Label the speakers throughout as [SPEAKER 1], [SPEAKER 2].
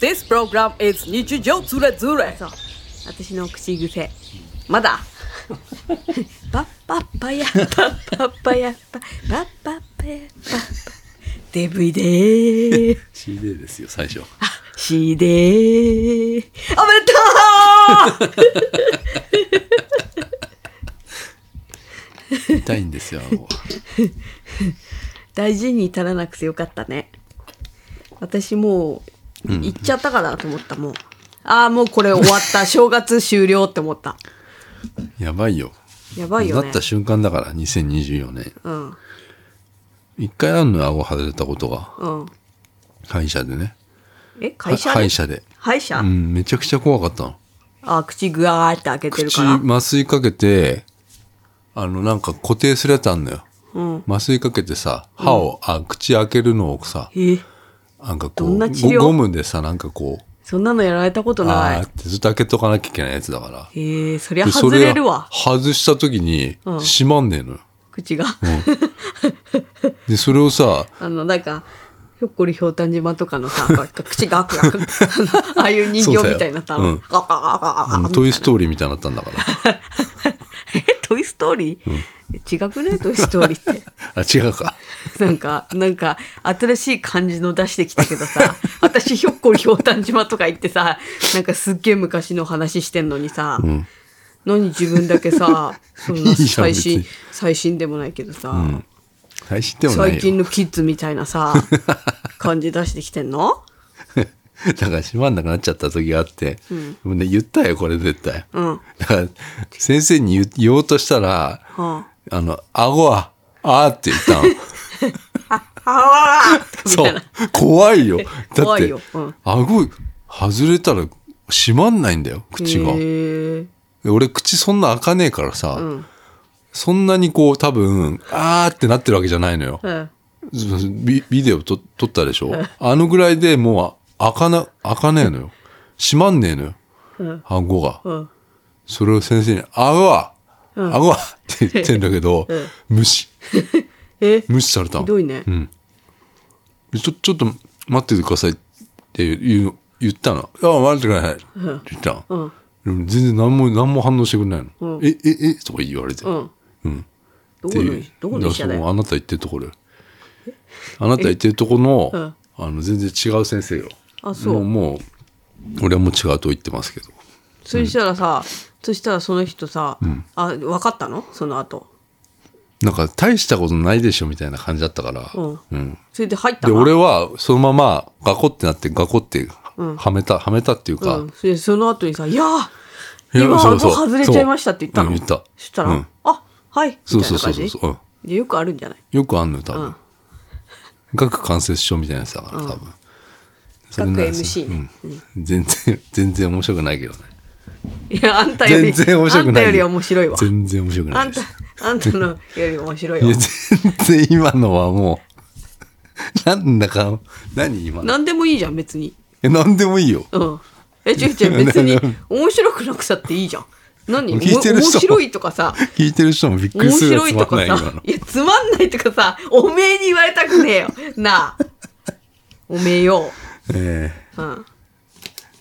[SPEAKER 1] This program is 日常ズレズレ
[SPEAKER 2] そう私の口癖
[SPEAKER 1] ま だ
[SPEAKER 2] パッパッパヤパッパッパヤパッパッパッパヤパッパデブイ でー
[SPEAKER 3] CD ですよ最初
[SPEAKER 2] しでー
[SPEAKER 1] おめでとう
[SPEAKER 3] 痛いんですよも
[SPEAKER 2] 大事に至らなくてよかったね私もう行っちゃったかなと思った、もうああもうこれ終わ った正月終了って思った
[SPEAKER 3] うやばいよ
[SPEAKER 2] やばいよね
[SPEAKER 3] なった瞬間だから2024年
[SPEAKER 2] うん
[SPEAKER 3] 一回あんのよ顎外れたことが
[SPEAKER 2] うん
[SPEAKER 3] 歯医者でね
[SPEAKER 2] え会社
[SPEAKER 3] は歯医者で
[SPEAKER 2] 歯医者、
[SPEAKER 3] うんめちゃくちゃ怖かったの
[SPEAKER 2] あー口ぐわーって開けてる
[SPEAKER 3] 口
[SPEAKER 2] から
[SPEAKER 3] 麻酔かけてあのなんか固定するやつあんのよ
[SPEAKER 2] うん
[SPEAKER 3] 麻酔かけてさ歯を、あ口開けるのをさ
[SPEAKER 2] え
[SPEAKER 3] なんかこ
[SPEAKER 2] どん
[SPEAKER 3] う
[SPEAKER 2] な治療
[SPEAKER 3] ゴゴムでさなんかこう
[SPEAKER 2] そんなのやられたことな
[SPEAKER 3] あー
[SPEAKER 2] い
[SPEAKER 3] ってずっと開けとかなきゃいけないやつだから
[SPEAKER 2] えー、そりゃ
[SPEAKER 3] でそ
[SPEAKER 2] 外れるわ
[SPEAKER 3] 外した時に
[SPEAKER 2] うん
[SPEAKER 3] 閉まんねえのよ、
[SPEAKER 2] 口が、
[SPEAKER 3] でそれをさ
[SPEAKER 2] あのなんかひょっこりひょうたん島とかのさこう口が開く開くああいう人形みたいなさ、
[SPEAKER 3] そうだようん
[SPEAKER 2] ガガガガガガみた
[SPEAKER 3] うん
[SPEAKER 2] いな
[SPEAKER 3] トイ・ストーリーみたいになったんだから
[SPEAKER 2] えトイ・ストーリー、違くないトイ・ストーリーって。
[SPEAKER 3] あ違うか
[SPEAKER 2] なんか、なんか、新しい感じの出してきたけど さ、私、ひょっこりひょうたん島とか行ってさ、なんかすっげえ昔の話してんのにさ、何自分だけさ、そん
[SPEAKER 3] い
[SPEAKER 2] ない
[SPEAKER 3] じゃん
[SPEAKER 2] 最
[SPEAKER 3] 別
[SPEAKER 2] 新
[SPEAKER 3] に、
[SPEAKER 2] 最新でもないけどさ、
[SPEAKER 3] 最新でもない
[SPEAKER 2] 最近の
[SPEAKER 3] よ
[SPEAKER 2] キッズみたいな さ、感じ出してきてんの
[SPEAKER 3] だから閉まんなくなっちゃった時があって、もうね、言ったよこれ絶対、
[SPEAKER 2] うん
[SPEAKER 3] だから先生に言う言おうとしたら「
[SPEAKER 2] うん
[SPEAKER 3] あの顎はあ」って言った の
[SPEAKER 2] ああみ
[SPEAKER 3] そ
[SPEAKER 2] たいうな。
[SPEAKER 3] 怖いよだっ
[SPEAKER 2] 怖い
[SPEAKER 3] て
[SPEAKER 2] ようん
[SPEAKER 3] 顎外れたら閉まんないんだよ口が。
[SPEAKER 2] へえ
[SPEAKER 3] で俺口そんな開かねえからさ、
[SPEAKER 2] ん
[SPEAKER 3] そんなにこう多分あーってなってるわけじゃないのよ、
[SPEAKER 2] うん
[SPEAKER 3] ビビデオと撮ったでしょ、あのぐらいでもう開かな開かねえのよ閉まんねえのよ、顎が、
[SPEAKER 2] うん
[SPEAKER 3] それを先生に「顎は顎は」って言ってんだ けど、無視
[SPEAKER 2] え
[SPEAKER 3] 無視されたの
[SPEAKER 2] ひどいね。
[SPEAKER 3] ちょちょっと待っててくださいって言う言ったの「ああ待ってください」って言ったの、でも全然何も何も反応してくれないの「えええとか言われて、
[SPEAKER 2] うん。
[SPEAKER 3] うん
[SPEAKER 2] ど
[SPEAKER 3] って
[SPEAKER 2] こ
[SPEAKER 3] い
[SPEAKER 2] の
[SPEAKER 3] う、
[SPEAKER 2] どこの医者だ
[SPEAKER 3] だから
[SPEAKER 2] よ。
[SPEAKER 3] そのあなた言ってるところよあなた言ってるとこの,、
[SPEAKER 2] うん
[SPEAKER 3] あの全然違う先生よ
[SPEAKER 2] あそう
[SPEAKER 3] もうもう俺はもう違うと言ってますけど
[SPEAKER 2] そしたらさ、そしたらその人さ、あ、分かったのその後。
[SPEAKER 3] なんか大したことないでしょみたいな感じだったから、
[SPEAKER 2] うん
[SPEAKER 3] うん
[SPEAKER 2] それで入った
[SPEAKER 3] で
[SPEAKER 2] の
[SPEAKER 3] 俺はそのままガコってなってガコってはめた、はめたっていうか、
[SPEAKER 2] うん。それでその後にさ、いやー
[SPEAKER 3] いや
[SPEAKER 2] 今
[SPEAKER 3] そう
[SPEAKER 2] 顎
[SPEAKER 3] そう
[SPEAKER 2] 外れちゃいましたって言ったの
[SPEAKER 3] そううん言った
[SPEAKER 2] そしたら、
[SPEAKER 3] うん
[SPEAKER 2] あ、はい。
[SPEAKER 3] そう
[SPEAKER 2] みたい
[SPEAKER 3] そ
[SPEAKER 2] な感
[SPEAKER 3] うそう
[SPEAKER 2] じ
[SPEAKER 3] そうそう、うん、
[SPEAKER 2] でよくあるんじゃない
[SPEAKER 3] よくあんのよ多分、
[SPEAKER 2] うん
[SPEAKER 3] 顎関節症みたいなやつだから多分、それなんですよ
[SPEAKER 2] 顎 MC ね
[SPEAKER 3] うん、全然全然面白くないけどね
[SPEAKER 2] いや、あんたより、
[SPEAKER 3] 全然面白く
[SPEAKER 2] あん
[SPEAKER 3] な
[SPEAKER 2] た
[SPEAKER 3] い
[SPEAKER 2] より面白いわ。
[SPEAKER 3] 全然面白くな
[SPEAKER 2] あ
[SPEAKER 3] い
[SPEAKER 2] ん
[SPEAKER 3] です
[SPEAKER 2] た、あんたのより面白い
[SPEAKER 3] い
[SPEAKER 2] わ
[SPEAKER 3] や。全然今のはもう なんだか何今の
[SPEAKER 2] なんでもいいじゃん、別に。
[SPEAKER 3] え何でもいいよ
[SPEAKER 2] うん。え、ちゅうちゃん別 に面白くなくさっていいじゃん。何
[SPEAKER 3] 聞いてる人
[SPEAKER 2] 面白いとかさ、
[SPEAKER 3] 聞いてる人もびっくり
[SPEAKER 2] 面
[SPEAKER 3] するや
[SPEAKER 2] 白
[SPEAKER 3] つ
[SPEAKER 2] い
[SPEAKER 3] ま
[SPEAKER 2] と
[SPEAKER 3] んな
[SPEAKER 2] か
[SPEAKER 3] い今
[SPEAKER 2] さ
[SPEAKER 3] の、
[SPEAKER 2] いや、つまんないとかさ、おめえに言われたくねえよ。なあ。おめえよ。
[SPEAKER 3] え
[SPEAKER 2] うん。
[SPEAKER 3] ー、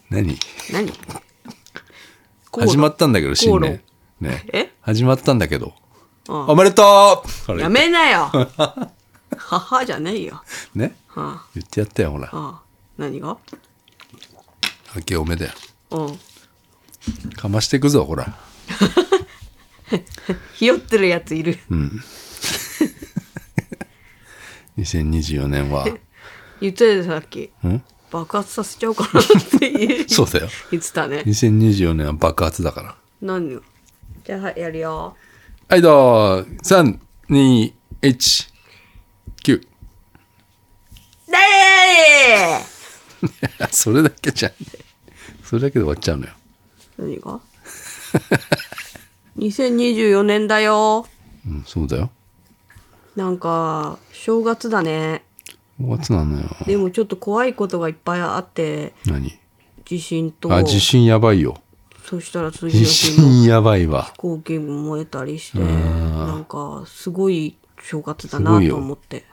[SPEAKER 3] 何
[SPEAKER 2] 何
[SPEAKER 3] 始まったんだけど新
[SPEAKER 2] 口
[SPEAKER 3] 年
[SPEAKER 2] 論
[SPEAKER 3] ね
[SPEAKER 2] え
[SPEAKER 3] 始まったんだけど
[SPEAKER 2] うん
[SPEAKER 3] おめでとうこれ
[SPEAKER 2] やめなよ。母じゃないよ。
[SPEAKER 3] ね
[SPEAKER 2] は
[SPEAKER 3] 言ってやったよほら
[SPEAKER 2] あ、はあ、何が
[SPEAKER 3] 明けおめだよ
[SPEAKER 2] うん。
[SPEAKER 3] かましていくぞほら
[SPEAKER 2] ひよってるやついる。
[SPEAKER 3] 2024年は
[SPEAKER 2] 言ってたよさっき。
[SPEAKER 3] ん
[SPEAKER 2] 爆発させちゃおうかなって言
[SPEAKER 3] そうだよ
[SPEAKER 2] 言ってたね。
[SPEAKER 3] 2024年は爆発だから
[SPEAKER 2] 何よじゃあ、はいやるよ。
[SPEAKER 3] はいどう3219
[SPEAKER 2] だー
[SPEAKER 3] それだけじゃんそれだけで終わっちゃうのよ
[SPEAKER 2] 何 が2024年だよ
[SPEAKER 3] うんそうだよ
[SPEAKER 2] なんか正月だね
[SPEAKER 3] 5月なのよ
[SPEAKER 2] でもちょっと怖いことがいっぱいあって
[SPEAKER 3] 何
[SPEAKER 2] 地震と
[SPEAKER 3] あ地震やばいよ
[SPEAKER 2] そしたら次の
[SPEAKER 3] 地
[SPEAKER 2] 日の飛
[SPEAKER 3] 震やばいわ
[SPEAKER 2] 行機も燃えたりしてなんかすごい正月だなと思って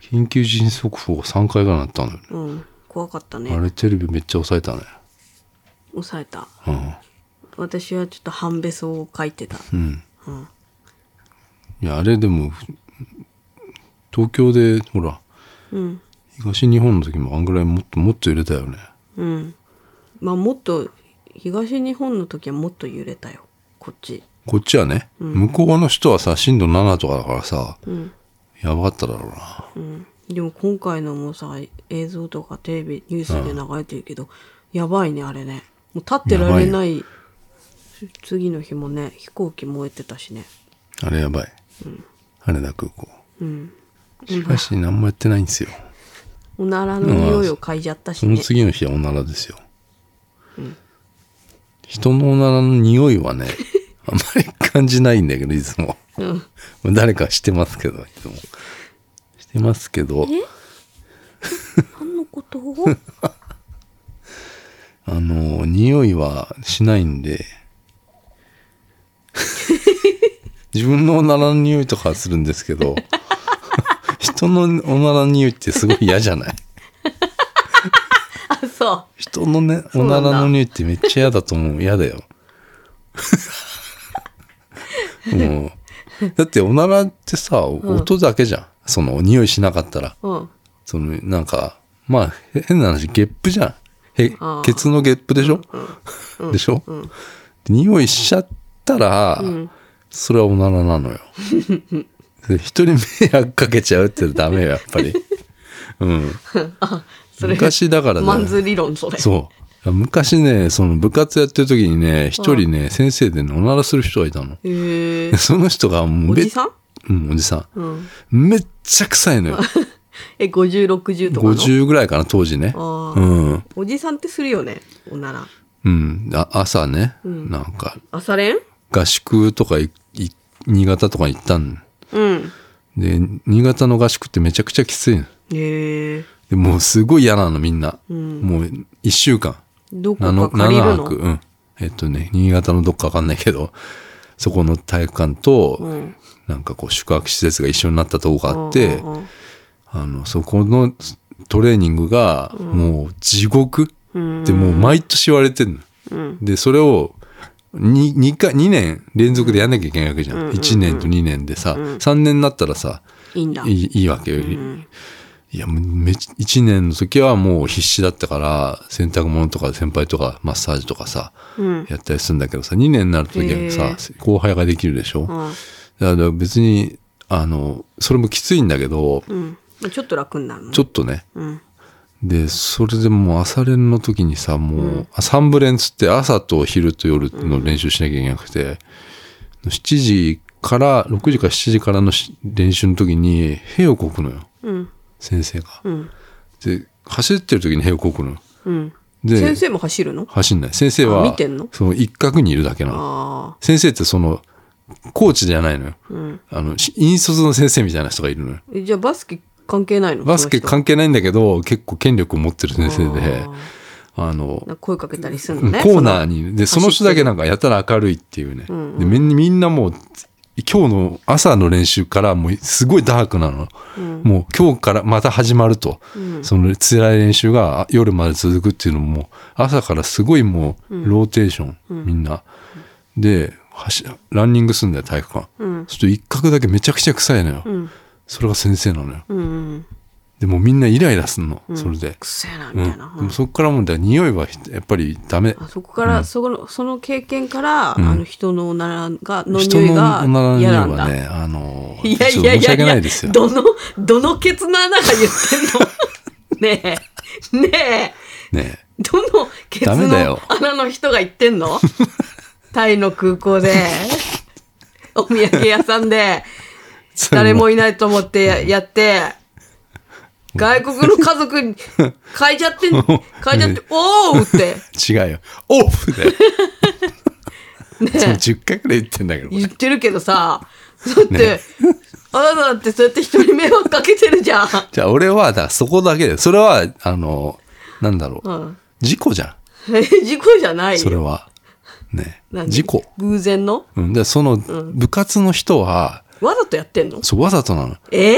[SPEAKER 3] 緊急地震速報が3回ぐらいなったのよ
[SPEAKER 2] うん怖かった
[SPEAKER 3] あ
[SPEAKER 2] ね
[SPEAKER 3] れテレビめっちゃ抑えたね。
[SPEAKER 2] 抑えた
[SPEAKER 3] うん。
[SPEAKER 2] 私はちょっと半べそを書いてた、
[SPEAKER 3] いや、あれでも、ふ東京で、ほら、東日本の時もあんぐらいもっと、もっと揺れたよね。
[SPEAKER 2] まあもっと東日本の時はもっと揺れたよこっち
[SPEAKER 3] こっちはね、向こうの人はさ、震度7とかだからさ、やばかっただろうな。
[SPEAKER 2] うんでも今回のもさ映像とかテレビニュースで流れてるけど、やばいねあれねもう立ってられない次の日もね飛行機燃えてたしね
[SPEAKER 3] あれやばい。羽田空港。しかし、何もやってないんですよ。
[SPEAKER 2] おならの匂いを嗅いじゃったし
[SPEAKER 3] その
[SPEAKER 2] ね、
[SPEAKER 3] 次の日はおならですよ。人のおならの匂いはね、あんまり感じないんだけど、いつも。 誰かしてますけど、いつも。してますけど、
[SPEAKER 2] 何のことを
[SPEAKER 3] あの、匂いはしないんで、自分のおならの匂いとかはするんですけど、人のおならの匂いってすごい嫌じゃない
[SPEAKER 2] あそ
[SPEAKER 3] 人のね、お
[SPEAKER 2] うな
[SPEAKER 3] なん
[SPEAKER 2] だ
[SPEAKER 3] らの匂いってめっちゃ嫌だと思う。嫌 だよ。もう。だっておならってさ、音だけじゃん。その、匂いしなかったら。
[SPEAKER 2] ううん
[SPEAKER 3] その、なんか、まあ、へ変な話、ゲップじゃん。へ
[SPEAKER 2] あー、
[SPEAKER 3] ケツのゲップでしょ、でしょ、匂いしちゃったら、それはおならなのよ。で人に迷惑かけちゃうってダメよ、やっぱり。うん。
[SPEAKER 2] それ
[SPEAKER 3] 昔だからね。
[SPEAKER 2] マンズ理論それ
[SPEAKER 3] そう。昔ね、その部活やってる時にね、一人ね、先生でね、おならする人がいたの。
[SPEAKER 2] へえ
[SPEAKER 3] でその人がもう
[SPEAKER 2] お
[SPEAKER 3] め
[SPEAKER 2] じさん
[SPEAKER 3] うん、おじさん。
[SPEAKER 2] うん
[SPEAKER 3] めっちゃ臭 いのよ。
[SPEAKER 2] え5060とかの
[SPEAKER 3] 50ぐらいかな、当時ね。
[SPEAKER 2] あ
[SPEAKER 3] う
[SPEAKER 2] ー
[SPEAKER 3] ん。
[SPEAKER 2] おじさんってするよねおなら
[SPEAKER 3] うん。あ朝ね、なんか、
[SPEAKER 2] 朝練
[SPEAKER 3] 合宿とかい、い新潟とか行ったん
[SPEAKER 2] うん
[SPEAKER 3] で、新潟の合宿ってめちゃくちゃきついの。
[SPEAKER 2] へえ
[SPEAKER 3] でもうすごい嫌なの、みんな。
[SPEAKER 2] ん
[SPEAKER 3] もう、一週間。
[SPEAKER 2] どこ
[SPEAKER 3] あの
[SPEAKER 2] か借りるの
[SPEAKER 3] 泊、うん。えっとね、新潟のどっかわかんないけど、そこの体育館と、
[SPEAKER 2] ん
[SPEAKER 3] なんかこう宿泊施設が一緒になったとこがあって、
[SPEAKER 2] うんうんうん
[SPEAKER 3] あの、そこのトレーニングが、もう地獄、ってもう毎年言われてんの。で、それを、に二回、2年連続でやんなきゃいけないわけじゃん。1年と2年でさ、3年になったらさ、
[SPEAKER 2] いいんだ
[SPEAKER 3] いいいいわけよ。いや、もうめっちゃ一年の時はもう必死だったから、洗濯物とか先輩とかマッサージとかさ、
[SPEAKER 2] うん
[SPEAKER 3] やったりするんだけどさ、2年になる時は
[SPEAKER 2] へ
[SPEAKER 3] さ、後輩ができるでしょ、だから別に、あの、それもきついんだけど、
[SPEAKER 2] うんちょっと楽になるの
[SPEAKER 3] ちょっとね。
[SPEAKER 2] うん
[SPEAKER 3] で、それでもう朝練の時にさ、もう、あ三部練つって朝と昼と夜の練習しなきゃいけなくて、7時から、6時か7時からのし練習の時に、屁をこくのよ。
[SPEAKER 2] うん
[SPEAKER 3] 先生が。
[SPEAKER 2] うん
[SPEAKER 3] で、走ってる時に屁をこくのよ。
[SPEAKER 2] うん
[SPEAKER 3] で、
[SPEAKER 2] 先生も走るの
[SPEAKER 3] 走んない。先生は、
[SPEAKER 2] あ見てんの
[SPEAKER 3] その一角にいるだけなの。
[SPEAKER 2] あ
[SPEAKER 3] 先生ってその、コーチじゃないのよ。
[SPEAKER 2] あうん
[SPEAKER 3] あの、し引率の先生みたいな人がいるのよ。
[SPEAKER 2] えじゃあバスケ関係ないの
[SPEAKER 3] バスケ
[SPEAKER 2] その
[SPEAKER 3] 関係ないんだけど、結構権力を持ってる先生で
[SPEAKER 2] あ、
[SPEAKER 3] あの
[SPEAKER 2] 人、なんか声かけたりする
[SPEAKER 3] コ
[SPEAKER 2] のね
[SPEAKER 3] ーナーに、で、
[SPEAKER 2] 走
[SPEAKER 3] そ
[SPEAKER 2] って
[SPEAKER 3] の人だけなんかやたら明るいっていうね。でみんみんなもう、今日の朝の練習からもうすごいダークなの。もう今日からまた始まると。その辛い練習があ夜まで続くっていうのももう朝からすごいもうローテーション、みんな。で、走ランニングするんだよ、体育館。
[SPEAKER 2] うん
[SPEAKER 3] そして一角だけめちゃくちゃ臭いのよ。
[SPEAKER 2] ん
[SPEAKER 3] それが先生なのよ。
[SPEAKER 2] うんうん
[SPEAKER 3] でもうみんなイライラすんの、それで
[SPEAKER 2] く。せえな
[SPEAKER 3] う
[SPEAKER 2] み
[SPEAKER 3] ん、
[SPEAKER 2] た
[SPEAKER 3] で
[SPEAKER 2] いな、
[SPEAKER 3] もそこからもうだ匂いはやっぱりダメ
[SPEAKER 2] あそこから、そこのその経験から、あの人のおならがの
[SPEAKER 3] 人
[SPEAKER 2] 匂い
[SPEAKER 3] の
[SPEAKER 2] が
[SPEAKER 3] おならの
[SPEAKER 2] 嫌
[SPEAKER 3] 匂い
[SPEAKER 2] なんだ
[SPEAKER 3] はねあの
[SPEAKER 2] いやい
[SPEAKER 3] ちょ
[SPEAKER 2] や
[SPEAKER 3] っと
[SPEAKER 2] い
[SPEAKER 3] 申し
[SPEAKER 2] や
[SPEAKER 3] 訳ないい
[SPEAKER 2] や
[SPEAKER 3] ですよ
[SPEAKER 2] どのどのケツの穴が言ってんの ねえねえ
[SPEAKER 3] ね
[SPEAKER 2] どのケツ
[SPEAKER 3] ダメだ
[SPEAKER 2] の
[SPEAKER 3] よ
[SPEAKER 2] 穴の人が言ってんのタイの空港で、お土産屋さんで、
[SPEAKER 3] それ
[SPEAKER 2] 誰もいないと思ってややって、外国の家族に、変えちゃってん、変えちゃって、おーって、
[SPEAKER 3] 違うよオフ だよそれ
[SPEAKER 2] ね、
[SPEAKER 3] 10回くらい言ってんだけど
[SPEAKER 2] 言ってるけどさ、だって、あなただってそうやって人に迷惑かけてるじゃん。
[SPEAKER 3] じゃあ俺はだからそこだけでそれはあのなんだろう、
[SPEAKER 2] うん、
[SPEAKER 3] 事故じゃ
[SPEAKER 2] え事故じゃない
[SPEAKER 3] ん
[SPEAKER 2] よ。
[SPEAKER 3] それはね
[SPEAKER 2] なんで
[SPEAKER 3] 事故、
[SPEAKER 2] 偶然の
[SPEAKER 3] うん、でその部活の人は、
[SPEAKER 2] わざとやってんの
[SPEAKER 3] そうわざとなの
[SPEAKER 2] えー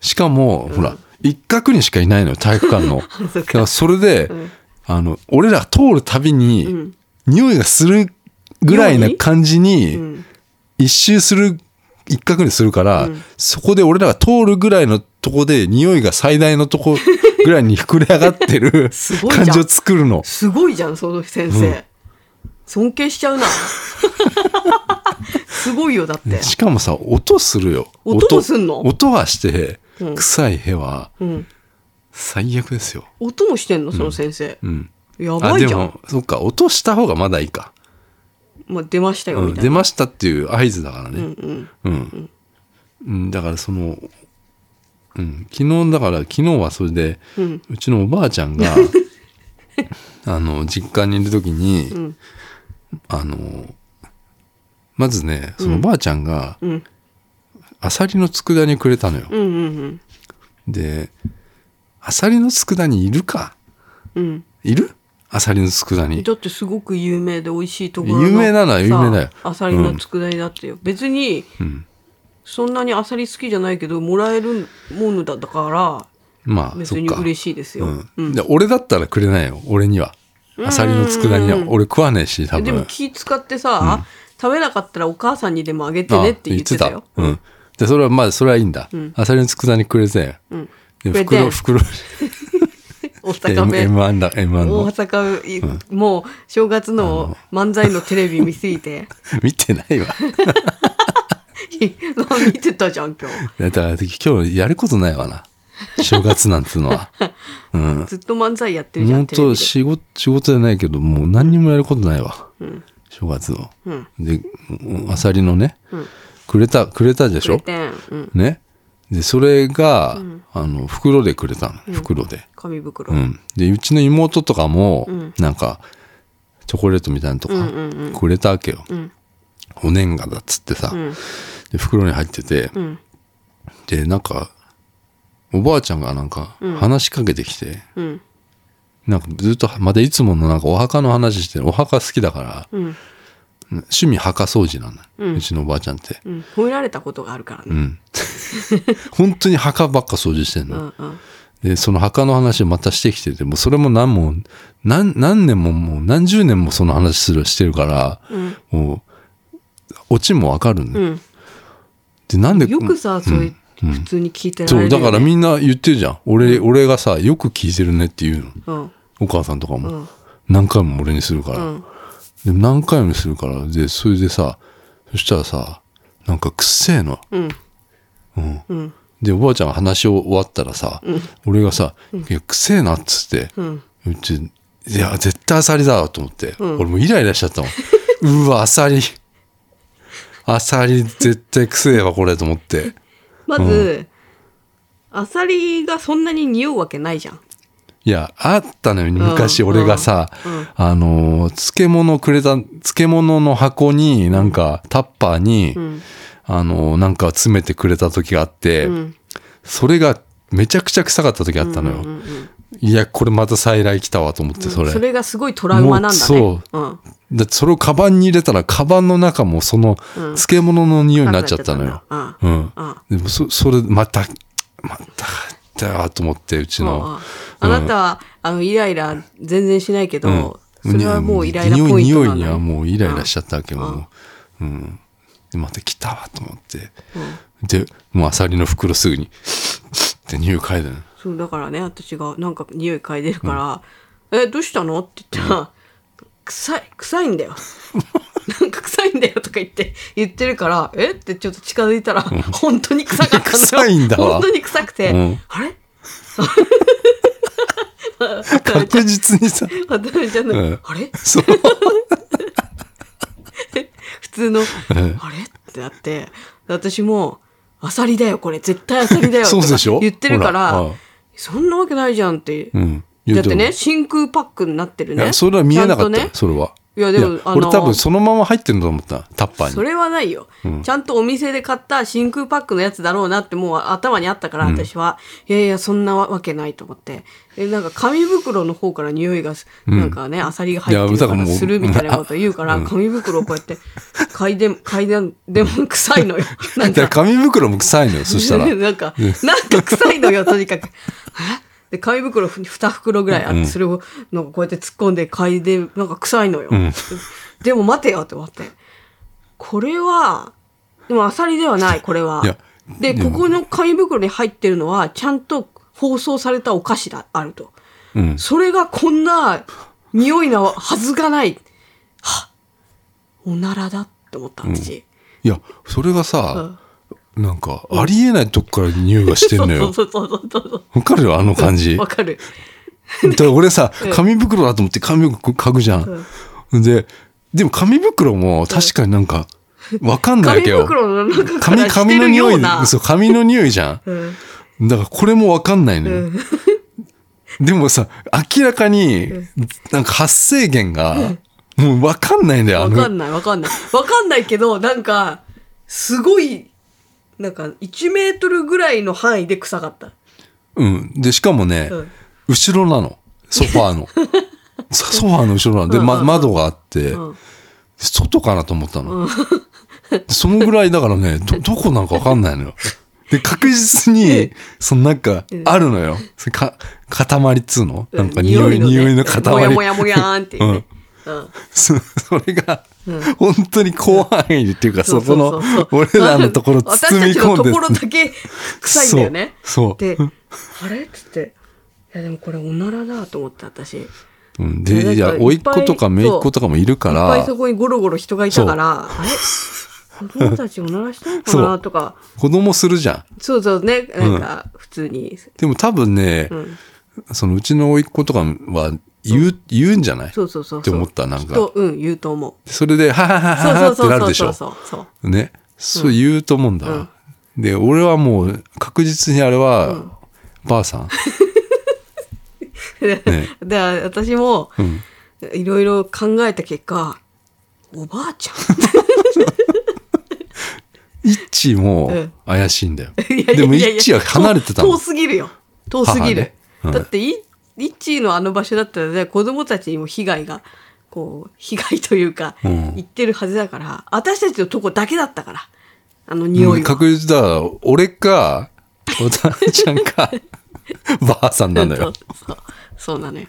[SPEAKER 3] しかも、ほら一角にしかいないのよ体育 館の
[SPEAKER 2] そっか
[SPEAKER 3] だからそれで、あの俺ら通るたびに、匂いがするぐらいな感じに、一周する一角にするから、そこで俺らが通るぐらいのとこで匂いが最大のとこぐらいに膨れ上がってる
[SPEAKER 2] すごいじゃん
[SPEAKER 3] 感じを作るの
[SPEAKER 2] すごいじゃん、その先生。尊敬しちゃうな。 すごいよ、だって。
[SPEAKER 3] しかもさ音するよ
[SPEAKER 2] 音もすんの
[SPEAKER 3] 音はして、臭い屁は
[SPEAKER 2] ん
[SPEAKER 3] 最悪ですよ、
[SPEAKER 2] 音もしてんの、その先生。
[SPEAKER 3] うん、
[SPEAKER 2] やばいじゃ
[SPEAKER 3] あで
[SPEAKER 2] ん。
[SPEAKER 3] もそっか音した方がまだいいか、
[SPEAKER 2] まあ、出ましたよ、
[SPEAKER 3] う
[SPEAKER 2] み
[SPEAKER 3] ん、
[SPEAKER 2] たい
[SPEAKER 3] 出
[SPEAKER 2] な。
[SPEAKER 3] ましたっていう合図だからね
[SPEAKER 2] うん
[SPEAKER 3] うん、うん、だからその、うん、昨日だから昨日はそれで、う
[SPEAKER 2] うん
[SPEAKER 3] ちのおばあち ゃんがあの実家にいる時に、
[SPEAKER 2] ん
[SPEAKER 3] あのまずねそのおばあちゃんが、
[SPEAKER 2] うん
[SPEAKER 3] アサリの佃煮くれたのよ、
[SPEAKER 2] うんうん
[SPEAKER 3] でアサリの佃煮いるか
[SPEAKER 2] うん
[SPEAKER 3] いるアサリの佃
[SPEAKER 2] うん。
[SPEAKER 3] 煮
[SPEAKER 2] だってすごく有名で美味しいところの
[SPEAKER 3] 有名なのは有名だよ
[SPEAKER 2] さあさりの佃煮だってよ。別に、
[SPEAKER 3] ん
[SPEAKER 2] そんなにあさり好きじゃないけど、もらえるものだだか
[SPEAKER 3] ま
[SPEAKER 2] ら、
[SPEAKER 3] あ
[SPEAKER 2] 別
[SPEAKER 3] そっ
[SPEAKER 2] に
[SPEAKER 3] か
[SPEAKER 2] 嬉しいですよ。
[SPEAKER 3] うん
[SPEAKER 2] うん
[SPEAKER 3] で俺だったらくれないよ俺にはアサリの佃煮は俺食わねえし多分
[SPEAKER 2] でも気使ってさ、食べなかったらお母さんにでもあげてねって言ってたよ。
[SPEAKER 3] あ言ってたうん。で、それはまあ、それはいいんだ。アサリの佃煮くれて。で、
[SPEAKER 2] くれて
[SPEAKER 3] 袋、袋、
[SPEAKER 2] 大阪
[SPEAKER 3] M-
[SPEAKER 2] 弁。
[SPEAKER 3] M1 だ、M1
[SPEAKER 2] 大
[SPEAKER 3] の。
[SPEAKER 2] 阪、もう正月の漫才のテレビ見すぎて。
[SPEAKER 3] 見てないわ。
[SPEAKER 2] 見てたじゃん、今日。
[SPEAKER 3] だから、今日やることないわな。正月なんて のは。うん。
[SPEAKER 2] ずっと漫才やってるじゃん、
[SPEAKER 3] 本
[SPEAKER 2] テレビ
[SPEAKER 3] 当
[SPEAKER 2] で。
[SPEAKER 3] 仕事、仕事じゃないけど、もう何にもやることないわ。正月の。で、うんアサリのね、くれた、くれたでし
[SPEAKER 2] くれ
[SPEAKER 3] ょ
[SPEAKER 2] てんうん。
[SPEAKER 3] ね。で、それが、あの、袋でくれたの。袋で。
[SPEAKER 2] 紙袋。
[SPEAKER 3] うん、でうちの妹とかも、なんかチョコレートみたいなのとかくれたわけよ、お年賀だっつってさ、で袋に入ってて、
[SPEAKER 2] ん
[SPEAKER 3] でなんかおばあちゃんがなんか話しかけてきて、
[SPEAKER 2] ん
[SPEAKER 3] なんかずっとまたいつものなんかお墓の話してるお墓好きだから、
[SPEAKER 2] ん
[SPEAKER 3] 趣味墓掃除なの、うちのおばあちゃんって、
[SPEAKER 2] うん褒められたことがあるから
[SPEAKER 3] う
[SPEAKER 2] ね。
[SPEAKER 3] ん、本当に墓ばっか掃除してん
[SPEAKER 2] う
[SPEAKER 3] の、
[SPEAKER 2] んうん。
[SPEAKER 3] で、その墓の話をまたしてきてて、もうそれも何も、何、何年ももう何十年もその話する、してるから、もう、オチもわかるね。
[SPEAKER 2] うん
[SPEAKER 3] で、なんで、
[SPEAKER 2] よくさ、そういう、普通に聞いてら
[SPEAKER 3] そ
[SPEAKER 2] れ
[SPEAKER 3] う、
[SPEAKER 2] るよ
[SPEAKER 3] だ
[SPEAKER 2] ね。
[SPEAKER 3] からみんな言ってるじゃん。俺、俺がさ、よく聞いてるねって言うの。
[SPEAKER 2] うん。
[SPEAKER 3] お母さんとかも。
[SPEAKER 2] うん
[SPEAKER 3] 何回も俺にするから。
[SPEAKER 2] うん。
[SPEAKER 3] で何回もするから。で、それでさ、そしたらさ、なんかくっせえの。
[SPEAKER 2] うん。
[SPEAKER 3] うん
[SPEAKER 2] うん。
[SPEAKER 3] で、おばあちゃんが話を終わったらさ、俺がさ、いや、くせえなっつって、
[SPEAKER 2] ん
[SPEAKER 3] うち、いや、絶対アサリだわと思って、俺もうイライラしちゃったも ん。うわ、アサリ。アサリ絶対くせえわ、これと思って。
[SPEAKER 2] まず、アサリがそんなに匂うわけないじゃん。
[SPEAKER 3] いや、あったのよ、昔
[SPEAKER 2] うん
[SPEAKER 3] 俺がさ、あのー、漬物くれた、漬物の箱に、なんか、タッパーに、あのー、なんか詰めてくれた時があって、
[SPEAKER 2] うん。
[SPEAKER 3] それがめちゃくちゃ臭かった時あったのよ。
[SPEAKER 2] うんうん
[SPEAKER 3] いや、これまた再来来たわと思って、それ。
[SPEAKER 2] それがすごいトラウマなんだね。
[SPEAKER 3] もう
[SPEAKER 2] う。
[SPEAKER 3] だってそれをカバンに入れたら、カバンの中もその漬物の匂い
[SPEAKER 2] ん。
[SPEAKER 3] になっちゃったのよ。
[SPEAKER 2] うん。うん。
[SPEAKER 3] うん。
[SPEAKER 2] あ
[SPEAKER 3] でもそ、それ、また、また、だわと思って、うちの。
[SPEAKER 2] あなたは、あの、イライラ全然しないけ
[SPEAKER 3] うん
[SPEAKER 2] ど、それはもうイライラポイン
[SPEAKER 3] 匂
[SPEAKER 2] ト
[SPEAKER 3] い
[SPEAKER 2] な
[SPEAKER 3] 匂いには
[SPEAKER 2] の。
[SPEAKER 3] もうイライラしちゃったわけもう。うん。でまた来たわと思って。で、もうアサリの袋すぐに、って匂い嗅 いだの。
[SPEAKER 2] そう、だからね、私がなんか匂い嗅いでるから、え、どうしたのって言ったら、臭い、臭いんだよ。 なんか臭いんだよとか言って、言ってるから、えってちょっと近づいたら、本当に臭かったんだよ。
[SPEAKER 3] 臭いんだわ
[SPEAKER 2] 本当に臭くて、
[SPEAKER 3] うん
[SPEAKER 2] あれ
[SPEAKER 3] 確実にさ、
[SPEAKER 2] 渡辺ちゃんの、
[SPEAKER 3] うん
[SPEAKER 2] あれ
[SPEAKER 3] そう。
[SPEAKER 2] 普通の、あれってなって、私も、アサリだよ、これ、絶対アサリだよ、
[SPEAKER 3] そうでしょ
[SPEAKER 2] とか言ってるか
[SPEAKER 3] ほら
[SPEAKER 2] ら
[SPEAKER 3] うん、
[SPEAKER 2] そんなわけないじゃんって。
[SPEAKER 3] うん。
[SPEAKER 2] だって
[SPEAKER 3] 言う
[SPEAKER 2] ね、
[SPEAKER 3] と
[SPEAKER 2] 真空パックになってる
[SPEAKER 3] い
[SPEAKER 2] ね。
[SPEAKER 3] やそれは見えなかったよ、
[SPEAKER 2] ちゃんとね、
[SPEAKER 3] それは。
[SPEAKER 2] いやでもあの
[SPEAKER 3] 俺多分そのまま入ってるんだと思った、タッパーに。
[SPEAKER 2] それはないよ、ちゃんとお店で買った真空パックのやつだろうなってもう頭にあったから、私は。いやいや、そんなわけないと思って。え、なんか紙袋の方から匂いがす、なんかね、アサリが入ってる
[SPEAKER 3] いやだ
[SPEAKER 2] か
[SPEAKER 3] から
[SPEAKER 2] ら
[SPEAKER 3] もう
[SPEAKER 2] するみたいなこと言うから、
[SPEAKER 3] うん
[SPEAKER 2] 紙袋をこうやって、階段、階段でも臭いのよ。 なん
[SPEAKER 3] だ
[SPEAKER 2] か、
[SPEAKER 3] から紙袋も臭いのよ、そしたら。
[SPEAKER 2] なんか、なんか臭いのよ、とにかく。え で、紙袋ふ2袋ぐらいあって、それを、なんかこうやって突っ込んで嗅いで、なんか臭いのよ。
[SPEAKER 3] ん
[SPEAKER 2] でも待てよって思って。これは、でもアサリではない、これはい
[SPEAKER 3] や。
[SPEAKER 2] で、
[SPEAKER 3] で
[SPEAKER 2] こ
[SPEAKER 3] も
[SPEAKER 2] この紙袋に入ってるのは、ちゃんと包装されたお菓子だ、あると。
[SPEAKER 3] うん。
[SPEAKER 2] それがこんな匂いなはずがない。はっおならだって思った、私。
[SPEAKER 3] いや、それがさ、なんか、ありえないとこから匂いがしてんの よ。
[SPEAKER 2] そうそうそうそうそう。
[SPEAKER 3] わかるよ、あの感 じ。
[SPEAKER 2] わかる。
[SPEAKER 3] だから俺さ、紙袋だと思って紙袋嗅ぐじゃん。で、でも紙袋も確かになんか、わかんないわけ
[SPEAKER 2] 紙
[SPEAKER 3] よ。
[SPEAKER 2] 袋の中か
[SPEAKER 3] 紙、
[SPEAKER 2] らし
[SPEAKER 3] 紙
[SPEAKER 2] て
[SPEAKER 3] の
[SPEAKER 2] るよ
[SPEAKER 3] 匂
[SPEAKER 2] う
[SPEAKER 3] い
[SPEAKER 2] な。、
[SPEAKER 3] そう、紙の匂いじゃ
[SPEAKER 2] うん
[SPEAKER 3] ん。だからこれもわかんないのよ。でもさ、明らかに、なんか発生源が、もうわかんないんだよ、
[SPEAKER 2] わ
[SPEAKER 3] あ
[SPEAKER 2] かん
[SPEAKER 3] の。
[SPEAKER 2] ないわかんない。わかんないけど、なんか、すごい、なんか1メートルぐらいの範囲で臭かった。
[SPEAKER 3] うん。で、しかもね
[SPEAKER 2] うん、
[SPEAKER 3] 後ろなの。ソファ ーの。ソソファーの後ろなの。で、ま窓があって、
[SPEAKER 2] うん
[SPEAKER 3] 外かなと思ったの。そのぐらいだからね、 ど、どこなんかわかんないのよ。で、確実に、そのなんか、あるのよ。それか、塊っつうのなんか匂い、
[SPEAKER 2] ね
[SPEAKER 3] 匂いの塊。
[SPEAKER 2] もやもやもやーんっていうね。うん
[SPEAKER 3] そそれが、本当に広範囲っていうか、そこの
[SPEAKER 2] ううう、
[SPEAKER 3] 俺らのところ包み込ん
[SPEAKER 2] 私た
[SPEAKER 3] で。
[SPEAKER 2] ちのところだけ臭いんだよね。
[SPEAKER 3] そうそう
[SPEAKER 2] で、あれっつって、いやでもこれおならだと思って私。いっ
[SPEAKER 3] うん
[SPEAKER 2] でな
[SPEAKER 3] で、
[SPEAKER 2] んか
[SPEAKER 3] いや、甥っ子とか
[SPEAKER 2] いっぱい
[SPEAKER 3] 姪っ子とかもいるか
[SPEAKER 2] ぱい
[SPEAKER 3] ら
[SPEAKER 2] そ、こにゴロゴロ人がいたから、あれ子供たちおならしたのか
[SPEAKER 3] そ
[SPEAKER 2] な
[SPEAKER 3] う
[SPEAKER 2] とか。
[SPEAKER 3] 子供するじゃん。
[SPEAKER 2] そうそうね、なんか普通に。
[SPEAKER 3] でも多分ね、そのうちの甥っ子とかは言う、言うんじゃない
[SPEAKER 2] そうそうそうそう。
[SPEAKER 3] って思ったなんか
[SPEAKER 2] きっと、うん、言うと思う。
[SPEAKER 3] それで、はははは
[SPEAKER 2] そう
[SPEAKER 3] は
[SPEAKER 2] そ
[SPEAKER 3] は
[SPEAKER 2] う
[SPEAKER 3] ってなる
[SPEAKER 2] そう
[SPEAKER 3] でし
[SPEAKER 2] そ
[SPEAKER 3] ょ
[SPEAKER 2] う。そうそう。
[SPEAKER 3] ね。そう言うと思うんだわ。で、俺はもう確実にあれは、ばあさ ん。
[SPEAKER 2] で、
[SPEAKER 3] ね
[SPEAKER 2] で私も
[SPEAKER 3] うん、
[SPEAKER 2] いろいろ考えた結果、おばあち
[SPEAKER 3] イッチーも
[SPEAKER 2] うん
[SPEAKER 3] 怪しいんだよ。
[SPEAKER 2] ゃんいやいやいや。
[SPEAKER 3] でもイッチーは離れてた
[SPEAKER 2] 遠
[SPEAKER 3] の
[SPEAKER 2] 遠。すぎるよ。遠すぎる。
[SPEAKER 3] 母ねうん
[SPEAKER 2] だってイ、イッチーのあの場所だったら、ね、子供たちにも被害が、こう、被害というか、
[SPEAKER 3] うん
[SPEAKER 2] 言ってるはずだから、私たちのとこだけだったから、あの匂
[SPEAKER 3] う
[SPEAKER 2] い
[SPEAKER 3] ん
[SPEAKER 2] は。
[SPEAKER 3] 確実だ。俺か、おたんちゃん か、ばあさんなんだよ。
[SPEAKER 2] そうそうそうなのよ。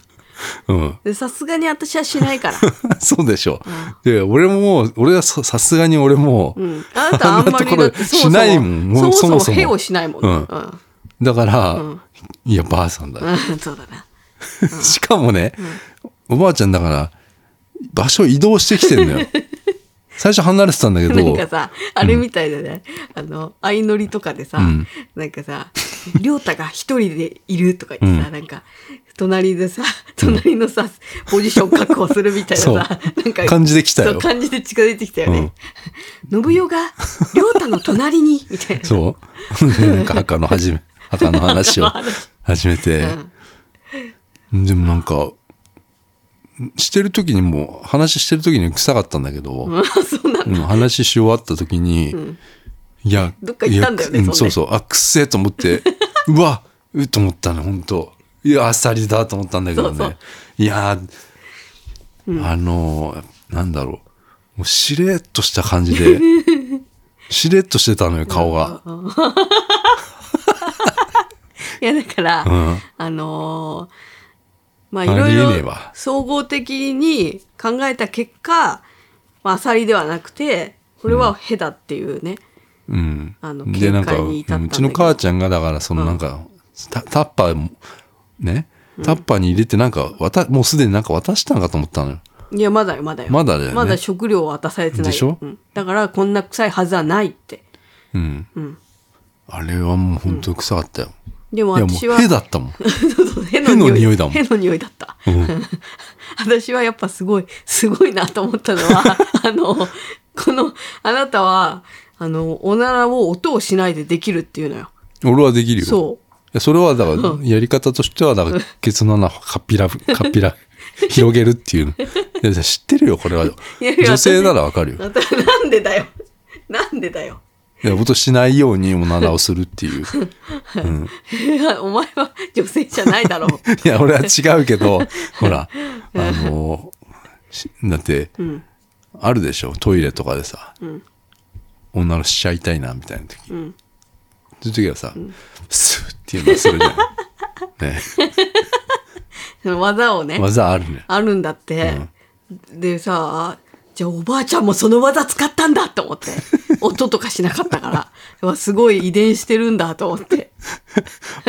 [SPEAKER 3] うん。
[SPEAKER 2] でさすがに私はしないから。
[SPEAKER 3] そうでしょ。で、俺も、俺はそさすがに俺も、
[SPEAKER 2] うん、あなたあんま
[SPEAKER 3] とこ
[SPEAKER 2] りだ
[SPEAKER 3] ろ
[SPEAKER 2] ってそもそ
[SPEAKER 3] し
[SPEAKER 2] も
[SPEAKER 3] ないもん。もう
[SPEAKER 2] そ
[SPEAKER 3] そ
[SPEAKER 2] も
[SPEAKER 3] も
[SPEAKER 2] そ
[SPEAKER 3] そ
[SPEAKER 2] も屁を
[SPEAKER 3] も。
[SPEAKER 2] しないもんね。
[SPEAKER 3] う
[SPEAKER 2] うんん、
[SPEAKER 3] だから、いや、ばあさんだ。
[SPEAKER 2] うんそうだな。
[SPEAKER 3] しかもね、おばあちゃんだから、場所移動してきて るのよ。最初離れてたんだけ
[SPEAKER 2] な
[SPEAKER 3] ど
[SPEAKER 2] ん、かさ、あれみたいだね。あの、相乗りとかでさ、
[SPEAKER 3] ん
[SPEAKER 2] なんかさ、りょうたが一人でいるとか言ってさ、なんか、隣でさ、隣のさ、ポジション確保するみたいな
[SPEAKER 3] そう
[SPEAKER 2] さ、なんか、
[SPEAKER 3] 感じで来たよ
[SPEAKER 2] そう感じで近づいてきたよね。信代が、りょうたの隣に、みたいな。
[SPEAKER 3] そう。でなんか墓の始め、墓の話を
[SPEAKER 2] 墓の話
[SPEAKER 3] 始めて、でもなんか、してる時にも、話してる時に臭かったんだけど、
[SPEAKER 2] うん。 そうなん
[SPEAKER 3] うん話し終わった時に、いや、
[SPEAKER 2] どっか行ったんだよね
[SPEAKER 3] いやく
[SPEAKER 2] そ
[SPEAKER 3] そ
[SPEAKER 2] ん
[SPEAKER 3] う
[SPEAKER 2] で
[SPEAKER 3] そう、あ、くっせえと思 って、うわ、うと思ったの、本当いや、あさりだと思ったんだけどね。
[SPEAKER 2] そうそう
[SPEAKER 3] いやー、あのー、なんだろう、もうしれっとした感 じで、しれっとしてたのよ、顔が。
[SPEAKER 2] いやだから、
[SPEAKER 3] ん
[SPEAKER 2] あのーまあい
[SPEAKER 3] ありえ
[SPEAKER 2] ろ
[SPEAKER 3] ね
[SPEAKER 2] い
[SPEAKER 3] えわ
[SPEAKER 2] ろ総合的に考えた結果、まあ、アサリではなくてこれはヘだっていうね、
[SPEAKER 3] うん。
[SPEAKER 2] あの
[SPEAKER 3] で、なんか、
[SPEAKER 2] 見解に至ったん
[SPEAKER 3] う
[SPEAKER 2] だけど
[SPEAKER 3] ちの母ちゃんが、だから、そのなんか、タタッパーも、ね、タッパーに入れて、なんか、わた、もうすでになんか渡したのかと思ったのよ。
[SPEAKER 2] いやまだよまだよ
[SPEAKER 3] まだだよね
[SPEAKER 2] まだ食料を渡されてないよ
[SPEAKER 3] でしょ
[SPEAKER 2] うんだからこんな臭いはずはないって
[SPEAKER 3] うん。あれはもう本当に臭かったよ。
[SPEAKER 2] でも
[SPEAKER 3] いやも
[SPEAKER 2] 私は
[SPEAKER 3] う、屁だったもん。
[SPEAKER 2] そう そう屁
[SPEAKER 3] 屁の匂いだもん
[SPEAKER 2] 屁の匂いだった。 私はやっぱすごい、すごいなと思ったのは、 あの、この、あなたは、あの、おならを音をしないでできるっていうのよ。
[SPEAKER 3] 俺はできるよ。
[SPEAKER 2] そ
[SPEAKER 3] いやそれはだから、やり方としては、だから、ケツの穴をカ ピラ、カピラ、広げるっていう。いや、知ってるよ、これは。
[SPEAKER 2] いやいや
[SPEAKER 3] 女性ならわかる
[SPEAKER 2] う。あ
[SPEAKER 3] よ。
[SPEAKER 2] なたなんでだよ。なんでだよ。
[SPEAKER 3] いや、音しないようにおならをするっていう。
[SPEAKER 2] いやお前は女性じゃないだろう。
[SPEAKER 3] いや、俺は違うけど、ほら、あの、しだって、あるでしょトイレとかでさ、女のしちゃいたいなみたいな時、そういう時はさ、スーっていうのはそれじゃんね
[SPEAKER 2] その技をね、
[SPEAKER 3] 技あるね
[SPEAKER 2] あるんだって、でさじゃあおばあちゃんもその技使ったんだと思 って音とかしなかったから うわすごい遺伝してるんだと思って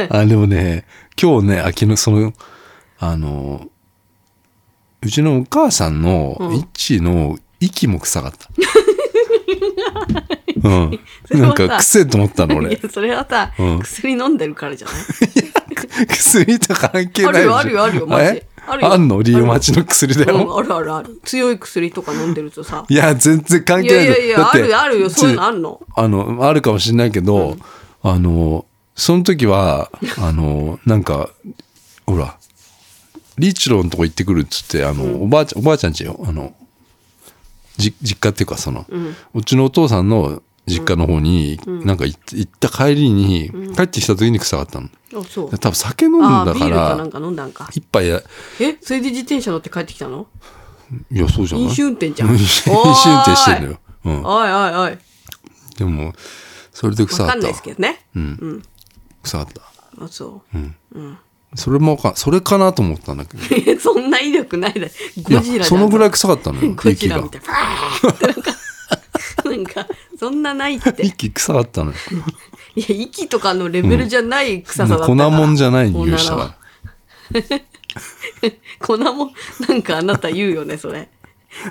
[SPEAKER 3] あでもね今日ねあ昨日そのあのうちのお母さんのイッチの息も臭か った、うん、
[SPEAKER 2] それ
[SPEAKER 3] な
[SPEAKER 2] は
[SPEAKER 3] ん
[SPEAKER 2] さ
[SPEAKER 3] か臭えと思ったの
[SPEAKER 2] い
[SPEAKER 3] 俺
[SPEAKER 2] やそれはさ、
[SPEAKER 3] うん
[SPEAKER 2] 薬飲んでるから じゃない
[SPEAKER 3] 薬と関係ないでしょ
[SPEAKER 2] あるよあるよあるよマジ
[SPEAKER 3] え
[SPEAKER 2] あるよ
[SPEAKER 3] あんのリウマチの薬だよ、
[SPEAKER 2] うんあるあるある強い薬とか飲んでるとさ
[SPEAKER 3] いや全然関
[SPEAKER 2] い
[SPEAKER 3] 係な
[SPEAKER 2] や
[SPEAKER 3] い
[SPEAKER 2] い
[SPEAKER 3] で
[SPEAKER 2] やい
[SPEAKER 3] すだ
[SPEAKER 2] や
[SPEAKER 3] っ
[SPEAKER 2] あ
[SPEAKER 3] て
[SPEAKER 2] るあるよそういうのあるの
[SPEAKER 3] あの、あるかもしれないけど、あの、その時は、あの、なんか、ほら、リーチローのとこ行ってくるっつって、あの、おばあちゃん、おばあちゃんちよ、あの、じ実家っていうか、その、うちのお父さんの実家の方に、なんか行って行った帰りに、帰ってきた時に臭かったの。
[SPEAKER 2] あそう
[SPEAKER 3] 多分酒飲ん
[SPEAKER 2] あ
[SPEAKER 3] だ
[SPEAKER 2] ービー
[SPEAKER 3] か
[SPEAKER 2] ルかなん
[SPEAKER 3] ら、
[SPEAKER 2] か飲んだんか
[SPEAKER 3] 一杯や、
[SPEAKER 2] えそれで自転車乗って帰ってきたの
[SPEAKER 3] いや、そうじゃない
[SPEAKER 2] 飲酒運転じゃん
[SPEAKER 3] 飲酒運転してんのよ。うん。
[SPEAKER 2] おいおいおい
[SPEAKER 3] でも、それで臭
[SPEAKER 2] わ
[SPEAKER 3] か
[SPEAKER 2] か
[SPEAKER 3] っ
[SPEAKER 2] ん
[SPEAKER 3] た
[SPEAKER 2] ないです。けどね
[SPEAKER 3] うん。臭かった。
[SPEAKER 2] あそう
[SPEAKER 3] それもか、それかなと思ったんだけど。
[SPEAKER 2] えそんな威力ないだ
[SPEAKER 3] い
[SPEAKER 2] ゴ
[SPEAKER 3] や
[SPEAKER 2] ジラじゃん
[SPEAKER 3] そのぐらい臭かっ たのよ、
[SPEAKER 2] ゴジ
[SPEAKER 3] 息
[SPEAKER 2] ラ
[SPEAKER 3] が
[SPEAKER 2] み。たいな バーってなんかなんかそんなないってい
[SPEAKER 3] 息臭かったのよ。
[SPEAKER 2] や息とかのレベルじゃない臭さだった
[SPEAKER 3] 粉もんじゃない
[SPEAKER 2] 女
[SPEAKER 3] 匂
[SPEAKER 2] の
[SPEAKER 3] いしたか
[SPEAKER 2] 粉もんなんかあなた言うよねそれ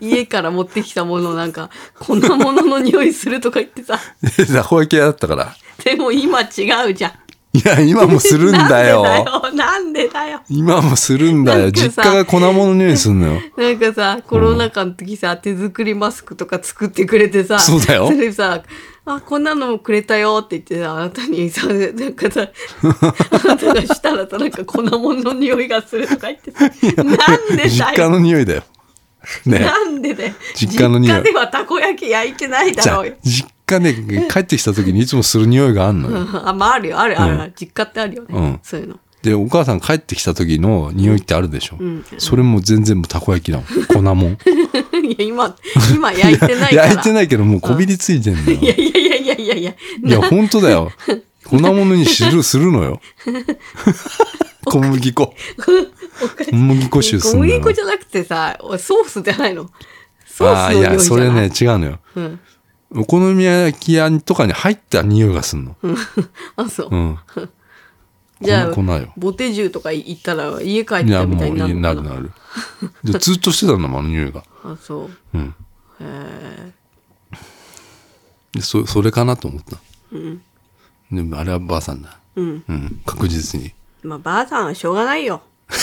[SPEAKER 2] 家から持ってきたものなんか粉物の匂いするとか言ってさ
[SPEAKER 3] ら。いや 雑魚焼き屋だったから。
[SPEAKER 2] でも今違うじゃん
[SPEAKER 3] いや、今もするんだよ。
[SPEAKER 2] なんでだよ
[SPEAKER 3] 今もするんだ
[SPEAKER 2] な
[SPEAKER 3] よ。
[SPEAKER 2] んかさ
[SPEAKER 3] 実家が粉もんの匂いするのよ。
[SPEAKER 2] なんかさコロナ禍の時さ、手作りマスクとか作ってくれてさ
[SPEAKER 3] そうだよ
[SPEAKER 2] れさあこんなのもくれたよって言ってさあなたにさなんか さあなたがしたらさなんか粉もんの匂いがするとか言ってさなんで
[SPEAKER 3] 実
[SPEAKER 2] だ
[SPEAKER 3] 家
[SPEAKER 2] よ
[SPEAKER 3] の匂いだよ。ね。
[SPEAKER 2] なんでだよ
[SPEAKER 3] 実家の匂い
[SPEAKER 2] 実家ではたこ焼き焼いてないだ
[SPEAKER 3] じゃ
[SPEAKER 2] ろ
[SPEAKER 3] あ
[SPEAKER 2] うよ、
[SPEAKER 3] 実家ね、帰ってきた時にいつもする匂いがあんのよ。
[SPEAKER 2] あまああるよあるある、
[SPEAKER 3] う
[SPEAKER 2] 実家ってあるよね、
[SPEAKER 3] うん
[SPEAKER 2] そういうの
[SPEAKER 3] で、お母さん帰ってきた時の匂いってあるでしょ
[SPEAKER 2] ん。
[SPEAKER 3] それも全然もうたこ焼きだも ん。粉もん。
[SPEAKER 2] いや今今焼いてないから
[SPEAKER 3] 焼いてないけどもうこびりついてんのよ。
[SPEAKER 2] いやいやいやいやいや
[SPEAKER 3] いや、本当だよ。粉ものに 汁するのよ。小麦粉。
[SPEAKER 2] おかしい
[SPEAKER 3] 小麦粉臭す
[SPEAKER 2] 小
[SPEAKER 3] んだ
[SPEAKER 2] 麦
[SPEAKER 3] よ。
[SPEAKER 2] 粉じゃなくてさソースじゃないのソー
[SPEAKER 3] ああ
[SPEAKER 2] ス
[SPEAKER 3] ー、
[SPEAKER 2] の匂
[SPEAKER 3] い
[SPEAKER 2] い
[SPEAKER 3] や、
[SPEAKER 2] じゃ
[SPEAKER 3] そ
[SPEAKER 2] ない
[SPEAKER 3] れね、違うのよ。
[SPEAKER 2] うん、
[SPEAKER 3] お好み焼き屋とかに入った匂いがすんの。
[SPEAKER 2] あそう、
[SPEAKER 3] うん。
[SPEAKER 2] じゃあ
[SPEAKER 3] 粉粉よ。
[SPEAKER 2] ボテジュとか行ったら家帰っ
[SPEAKER 3] いや、
[SPEAKER 2] たみ
[SPEAKER 3] も
[SPEAKER 2] た
[SPEAKER 3] う、
[SPEAKER 2] いになるの
[SPEAKER 3] な
[SPEAKER 2] か
[SPEAKER 3] る
[SPEAKER 2] な
[SPEAKER 3] な る。でずっとしてたんだもん、あの匂いが。
[SPEAKER 2] あそう
[SPEAKER 3] うん。
[SPEAKER 2] へえ
[SPEAKER 3] でそそれかなと思った。でも、あれはばあさんだ。
[SPEAKER 2] うん
[SPEAKER 3] うん。確実に。
[SPEAKER 2] まあばあさんはしょうがないよ
[SPEAKER 3] で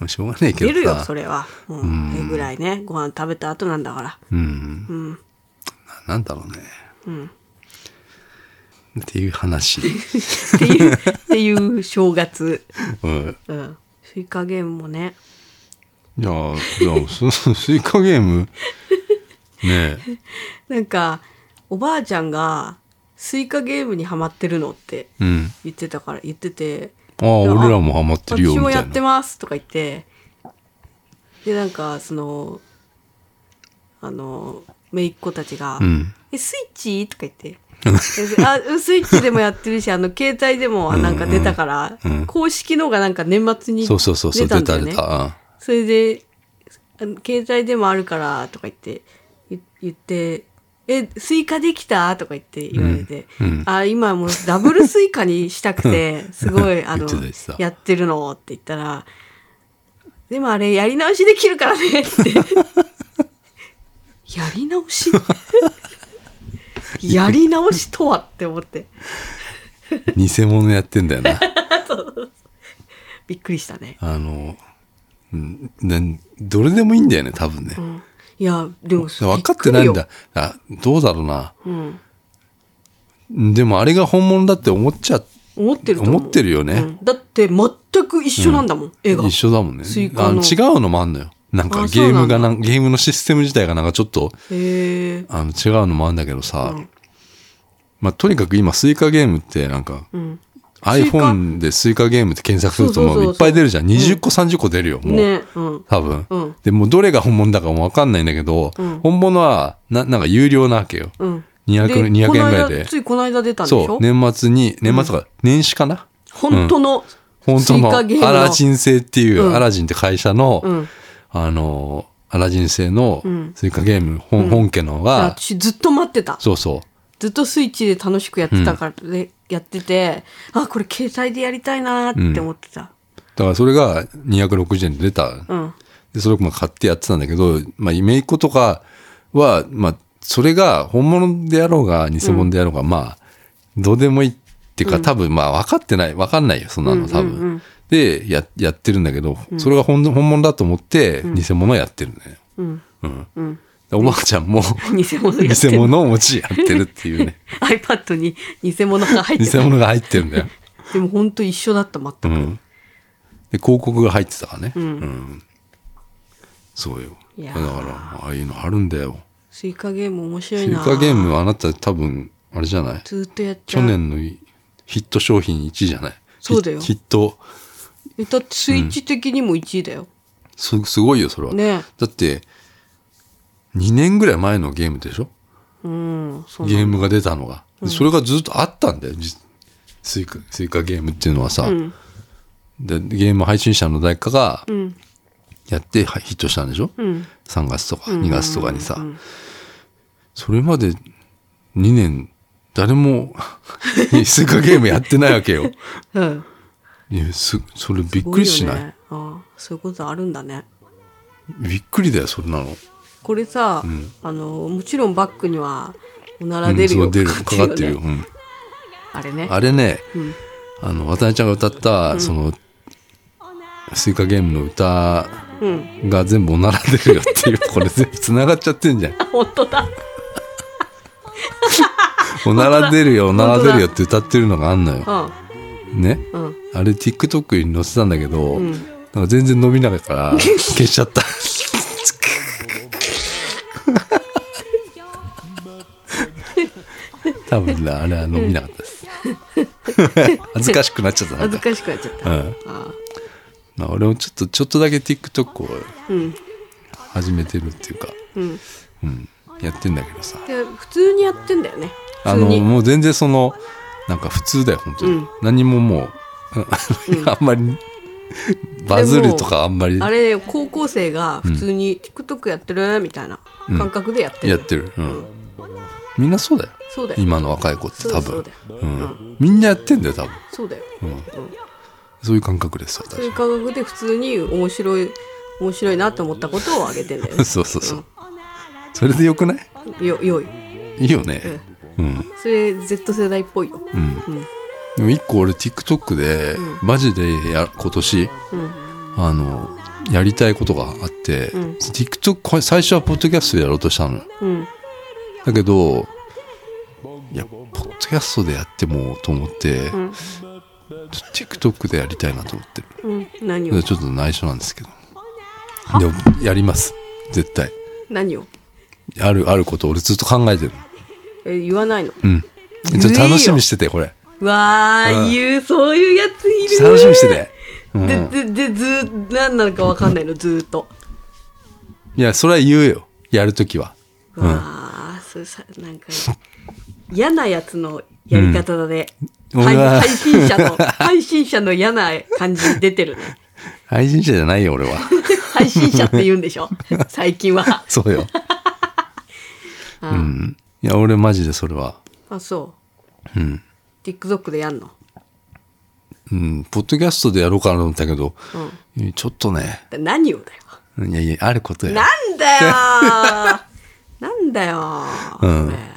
[SPEAKER 3] もしょうがないけ
[SPEAKER 2] 出る
[SPEAKER 3] ど
[SPEAKER 2] よそ
[SPEAKER 3] さ。
[SPEAKER 2] れはもうそれぐらいねご飯食べた後なんだから
[SPEAKER 3] うん。
[SPEAKER 2] うん
[SPEAKER 3] ななんだろうね。っていう 話。
[SPEAKER 2] っていうっていう正月
[SPEAKER 3] うん。
[SPEAKER 2] うんスイカゲームもね
[SPEAKER 3] いやー、でもそスイカゲ ーム、ねえ、
[SPEAKER 2] なんかおばあちゃんがスイカゲームにハマってるのって
[SPEAKER 3] うん。
[SPEAKER 2] 言ってたから言ってて
[SPEAKER 3] ああ、
[SPEAKER 2] いや
[SPEAKER 3] 俺らもハマってるよ、
[SPEAKER 2] 私
[SPEAKER 3] み
[SPEAKER 2] も
[SPEAKER 3] た
[SPEAKER 2] や
[SPEAKER 3] い
[SPEAKER 2] って
[SPEAKER 3] な。
[SPEAKER 2] ますとか言ってでなんかそのあの姪っ子たちが「
[SPEAKER 3] うん。
[SPEAKER 2] えスイッチ?」とか言って「あうんスイッチでもやってるしあの携帯でもあなんか出たから、
[SPEAKER 3] うん
[SPEAKER 2] 公式のがなんか年末に
[SPEAKER 3] そうそうそう、そ
[SPEAKER 2] 出
[SPEAKER 3] う
[SPEAKER 2] た
[SPEAKER 3] 出
[SPEAKER 2] んだ
[SPEAKER 3] た
[SPEAKER 2] よ
[SPEAKER 3] 出
[SPEAKER 2] ね
[SPEAKER 3] た。
[SPEAKER 2] それであの「携帯でもあるから」とか言って言言って「えスイカできた?」とか言って言われて「
[SPEAKER 3] うんうん
[SPEAKER 2] あ今もうダブルスイカにしたく てすごいあの
[SPEAKER 3] 言ってた言ってた
[SPEAKER 2] やってるの」って言ったら「でもあれやり直しできるから ね」って。やり直し やり直しとはって思って
[SPEAKER 3] 偽物やってんだ よな。
[SPEAKER 2] びっくりしたね。
[SPEAKER 3] あの、うんなんどれでもいいんだよね、多分ね
[SPEAKER 2] う。ん、いやで も
[SPEAKER 3] 分かってない
[SPEAKER 2] び
[SPEAKER 3] ん
[SPEAKER 2] く
[SPEAKER 3] だ。あ、どうだろうな。
[SPEAKER 2] りよ。うん
[SPEAKER 3] でもあれが本物だって思っちゃ、
[SPEAKER 2] 思ってると
[SPEAKER 3] 思ってるよね
[SPEAKER 2] うんだって全く一緒なんだもん、絵が
[SPEAKER 3] 一緒だもんね
[SPEAKER 2] スイ。カ
[SPEAKER 3] あ
[SPEAKER 2] の
[SPEAKER 3] の違うのもあんのよ。なんか
[SPEAKER 2] あ
[SPEAKER 3] ゲームが
[SPEAKER 2] そうな
[SPEAKER 3] なん、ゲームのシステム自体がなんかちょっと、
[SPEAKER 2] へえ
[SPEAKER 3] あの違うのもあんだけどさ、まあとにかく今スイカゲームってなんか
[SPEAKER 2] うん
[SPEAKER 3] iPhone でスイカゲームって検索すると
[SPEAKER 2] そうそう
[SPEAKER 3] も
[SPEAKER 2] そうう
[SPEAKER 3] いっぱい出るじゃん20個30個出るよもう、
[SPEAKER 2] ねうん
[SPEAKER 3] 多分、
[SPEAKER 2] うん
[SPEAKER 3] でもうどれが本物だかも分かんないんだけど、本物はななんか有料なわけよ、
[SPEAKER 2] うん
[SPEAKER 3] 200
[SPEAKER 2] で
[SPEAKER 3] 円200円ぐらい
[SPEAKER 2] この
[SPEAKER 3] で
[SPEAKER 2] 間ついこの間出たんでし
[SPEAKER 3] そ
[SPEAKER 2] ょ
[SPEAKER 3] う年末に年末とか年始かな、
[SPEAKER 2] 本当の
[SPEAKER 3] 本
[SPEAKER 2] ス
[SPEAKER 3] 当
[SPEAKER 2] イカゲーム
[SPEAKER 3] の
[SPEAKER 2] の
[SPEAKER 3] アラジン製っていう、
[SPEAKER 2] うん
[SPEAKER 3] アラジンって会社の、
[SPEAKER 2] うん
[SPEAKER 3] あのアラジン製の
[SPEAKER 2] ん
[SPEAKER 3] スイカゲーム、本本家のが、
[SPEAKER 2] 私ずっと待ってた
[SPEAKER 3] そうそう
[SPEAKER 2] ずっとスイッチで楽しくやってたから、でやっててあこれ携帯でやりたいなーって思ってた
[SPEAKER 3] だからそれが260円で出た、
[SPEAKER 2] うん
[SPEAKER 3] でそれをまあ買ってやってたんだけど、まあ、めいっ子とかは、まあ、それが本物であろうが偽物であろうが、まあどうでもいいっていうか多分まあ分かってない分かんないよそんなの多分、
[SPEAKER 2] うんうんうん
[SPEAKER 3] でややってるんだけど、それが本本物だと思って偽物をやってるね、
[SPEAKER 2] うんうん
[SPEAKER 3] でおばあちゃんも
[SPEAKER 2] 偽物やって
[SPEAKER 3] 偽
[SPEAKER 2] る
[SPEAKER 3] 物を持ちやってるっていう ね
[SPEAKER 2] iPad に偽物が入って
[SPEAKER 3] 偽
[SPEAKER 2] た
[SPEAKER 3] 物が入ってるんだよ、
[SPEAKER 2] でも本当一緒だった全
[SPEAKER 3] う
[SPEAKER 2] く、
[SPEAKER 3] ん、で広告が入ってたからね、うん
[SPEAKER 2] ん
[SPEAKER 3] そうよ
[SPEAKER 2] い
[SPEAKER 3] だ
[SPEAKER 2] や
[SPEAKER 3] か
[SPEAKER 2] ー
[SPEAKER 3] らああいうのあるんだよ
[SPEAKER 2] スイカゲーム面白
[SPEAKER 3] ス
[SPEAKER 2] い
[SPEAKER 3] イ
[SPEAKER 2] な
[SPEAKER 3] カゲームあなた多分あれじゃない
[SPEAKER 2] ずっとやっちゃ
[SPEAKER 3] 去
[SPEAKER 2] う
[SPEAKER 3] 年のヒット商品1位じゃない
[SPEAKER 2] そうだよ
[SPEAKER 3] ヒヒット
[SPEAKER 2] えだってスイッチ的にも1位だよ、
[SPEAKER 3] すすごいよそれは、
[SPEAKER 2] ね
[SPEAKER 3] だって2年ぐらい前のゲームでしょ
[SPEAKER 2] うんそう
[SPEAKER 3] ゲームが出たのが、それがずっとあったんだよ実スイカスイカゲームっていうのはさ、
[SPEAKER 2] ん
[SPEAKER 3] でゲーム配信者の誰かが
[SPEAKER 2] ん
[SPEAKER 3] やってはヒットしたんでしょ、
[SPEAKER 2] うん
[SPEAKER 3] 3月とか2月とかにさ、それまで2年 誰もスイカゲームやってないわけよ
[SPEAKER 2] うん
[SPEAKER 3] いやすそれびっくりしない
[SPEAKER 2] すごよねああそういうことあるんだね
[SPEAKER 3] びっくりだよそんなの
[SPEAKER 2] これさ、あのもちろんバッグにはおなら出る
[SPEAKER 3] う
[SPEAKER 2] よ、
[SPEAKER 3] んそ う出るかかってるよ、
[SPEAKER 2] ね
[SPEAKER 3] うん
[SPEAKER 2] あれね
[SPEAKER 3] あれね、あの渡辺ちゃんが歌った、そのスイカゲームの歌が全部おなら出るよっていう、これ全部つながっちゃってんじゃん
[SPEAKER 2] 本当だ
[SPEAKER 3] おなら出るよお
[SPEAKER 2] 当だ
[SPEAKER 3] なら出るよって歌ってるのがあんの よ
[SPEAKER 2] う
[SPEAKER 3] ね、
[SPEAKER 2] んうん
[SPEAKER 3] あれ TikTok に載せたんだけど、なんか全然伸びなかったから 消しちゃった多分ねあれは伸びなかったです 恥ずかしくなっちゃったなん
[SPEAKER 2] 恥
[SPEAKER 3] か
[SPEAKER 2] ずかしくなっちゃった、
[SPEAKER 3] うん
[SPEAKER 2] あ
[SPEAKER 3] まあ、俺もちょっとちょっとだけ TikTok を
[SPEAKER 2] あうん
[SPEAKER 3] 始めてるっていうか、
[SPEAKER 2] うん
[SPEAKER 3] うん、やってんだけどさ
[SPEAKER 2] で普通にやってんだよね
[SPEAKER 3] あ
[SPEAKER 2] 普
[SPEAKER 3] の
[SPEAKER 2] 通に
[SPEAKER 3] もう全然そのなんか普通だよ本当に、
[SPEAKER 2] うん
[SPEAKER 3] 何ももうあ あんまりバズるとかあんまり
[SPEAKER 2] あれ高校生が普通に TikTok やってるみたいな感覚でやってる、
[SPEAKER 3] やってる、うん、みんなそうだよ
[SPEAKER 2] そうだよ
[SPEAKER 3] 今の若い子って多
[SPEAKER 2] そう
[SPEAKER 3] 分
[SPEAKER 2] だよ
[SPEAKER 3] うんみんなやってんだよ多分
[SPEAKER 2] そうだよ、
[SPEAKER 3] そういう感覚です
[SPEAKER 2] そう
[SPEAKER 3] 私
[SPEAKER 2] いう感覚で普通に面白い面白いなと思ったことをあげてんだよね
[SPEAKER 3] そうそうそうそれでよくない
[SPEAKER 2] よよい
[SPEAKER 3] いいよねうん
[SPEAKER 2] それ Z 世代っぽいよ、
[SPEAKER 3] でも一個俺 TikTok で、マジでや今年、あのやりたいことがあって、TikTok これ最初はポッドキャストでやろうとしたの
[SPEAKER 2] うん、
[SPEAKER 3] だけどいやポッドキャストでやってもと思って、ちょっと TikTok でやりたいなと思ってる
[SPEAKER 2] うん、何
[SPEAKER 3] で
[SPEAKER 2] を
[SPEAKER 3] ちょっと内緒なんですけどでもやります絶対
[SPEAKER 2] 何を
[SPEAKER 3] あるあること俺ずっと考えてる
[SPEAKER 2] え言わないの
[SPEAKER 3] うんちょっと楽しみにしててこれ
[SPEAKER 2] わあ、
[SPEAKER 3] うん
[SPEAKER 2] 言うそういうやついる
[SPEAKER 3] 楽しみにしてて、うん、
[SPEAKER 2] でででずー何なのかわかんないのずーっと
[SPEAKER 3] いやそれは言うよやるときは
[SPEAKER 2] わあ、それさなんか嫌なやつのやり方だね、
[SPEAKER 3] うん
[SPEAKER 2] はい
[SPEAKER 3] 俺は
[SPEAKER 2] 配信者の 配信者の嫌な感じ出てるね
[SPEAKER 3] 配信者じゃないよ 俺は
[SPEAKER 2] 配信者って言うんで しょ最近は
[SPEAKER 3] そうよ
[SPEAKER 2] あ,、
[SPEAKER 3] うんいや俺マジでそれは
[SPEAKER 2] あそう
[SPEAKER 3] うん
[SPEAKER 2] TikTok でやんの
[SPEAKER 3] うんポッドキャストでやろうかなと思ったけど、ちょっとね
[SPEAKER 2] だ何をだよ
[SPEAKER 3] いやいやあることや
[SPEAKER 2] なんだよ ーなんだよー、
[SPEAKER 3] うん
[SPEAKER 2] ね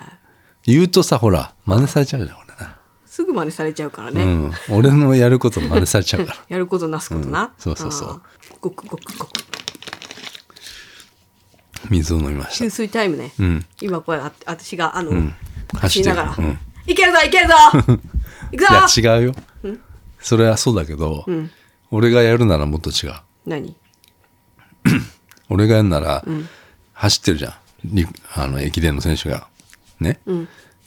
[SPEAKER 3] 言うとさほら真似されちゃうじゃん俺な、
[SPEAKER 2] すぐ真似されちゃうからね、
[SPEAKER 3] うん俺のやること真似されちゃう から
[SPEAKER 2] やることなすことな、
[SPEAKER 3] うんそうそうそう
[SPEAKER 2] あーごくごくごく
[SPEAKER 3] 水を飲みまし
[SPEAKER 2] 給
[SPEAKER 3] た
[SPEAKER 2] 水タイムね、
[SPEAKER 3] うん
[SPEAKER 2] 今これあ私があの、走
[SPEAKER 3] 走
[SPEAKER 2] り
[SPEAKER 3] ってる
[SPEAKER 2] ながら、
[SPEAKER 3] うん
[SPEAKER 2] いけるぞい けるぞいくぞ
[SPEAKER 3] いや違うよ、それはそうだけど、
[SPEAKER 2] ん
[SPEAKER 3] 俺がやるならもっと違う
[SPEAKER 2] 何
[SPEAKER 3] 俺がやるなら、走ってるじゃんりあの駅伝の選手がね、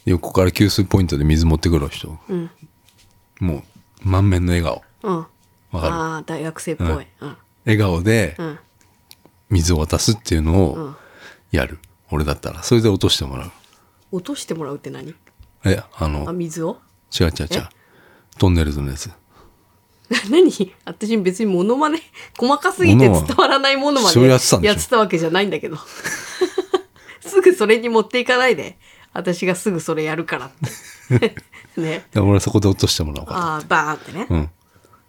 [SPEAKER 3] 横から給水ポイントで水持ってくる人、もう満面の笑顔
[SPEAKER 2] うん。
[SPEAKER 3] わかる
[SPEAKER 2] ああ、大学生っぽい。うん。
[SPEAKER 3] 笑顔で
[SPEAKER 2] ん
[SPEAKER 3] 水を渡すっていうのをやる、俺だったらそれで落としてもらう
[SPEAKER 2] 落としてもらうって何
[SPEAKER 3] えあ
[SPEAKER 2] あ、
[SPEAKER 3] の
[SPEAKER 2] 水を
[SPEAKER 3] 違う違う違うトンネルズのやつ
[SPEAKER 2] 何私別にモノマネ、細かすぎて伝わらないモノマ
[SPEAKER 3] そ
[SPEAKER 2] ネ
[SPEAKER 3] れやってたんでしょ
[SPEAKER 2] やってたわけじゃないんだけど。 すぐそれに持っていかないで。私がすぐそれやるからって。 ね。
[SPEAKER 3] で俺はそこで落としてもらおうか
[SPEAKER 2] ああ、バーンってね。
[SPEAKER 3] な、うん、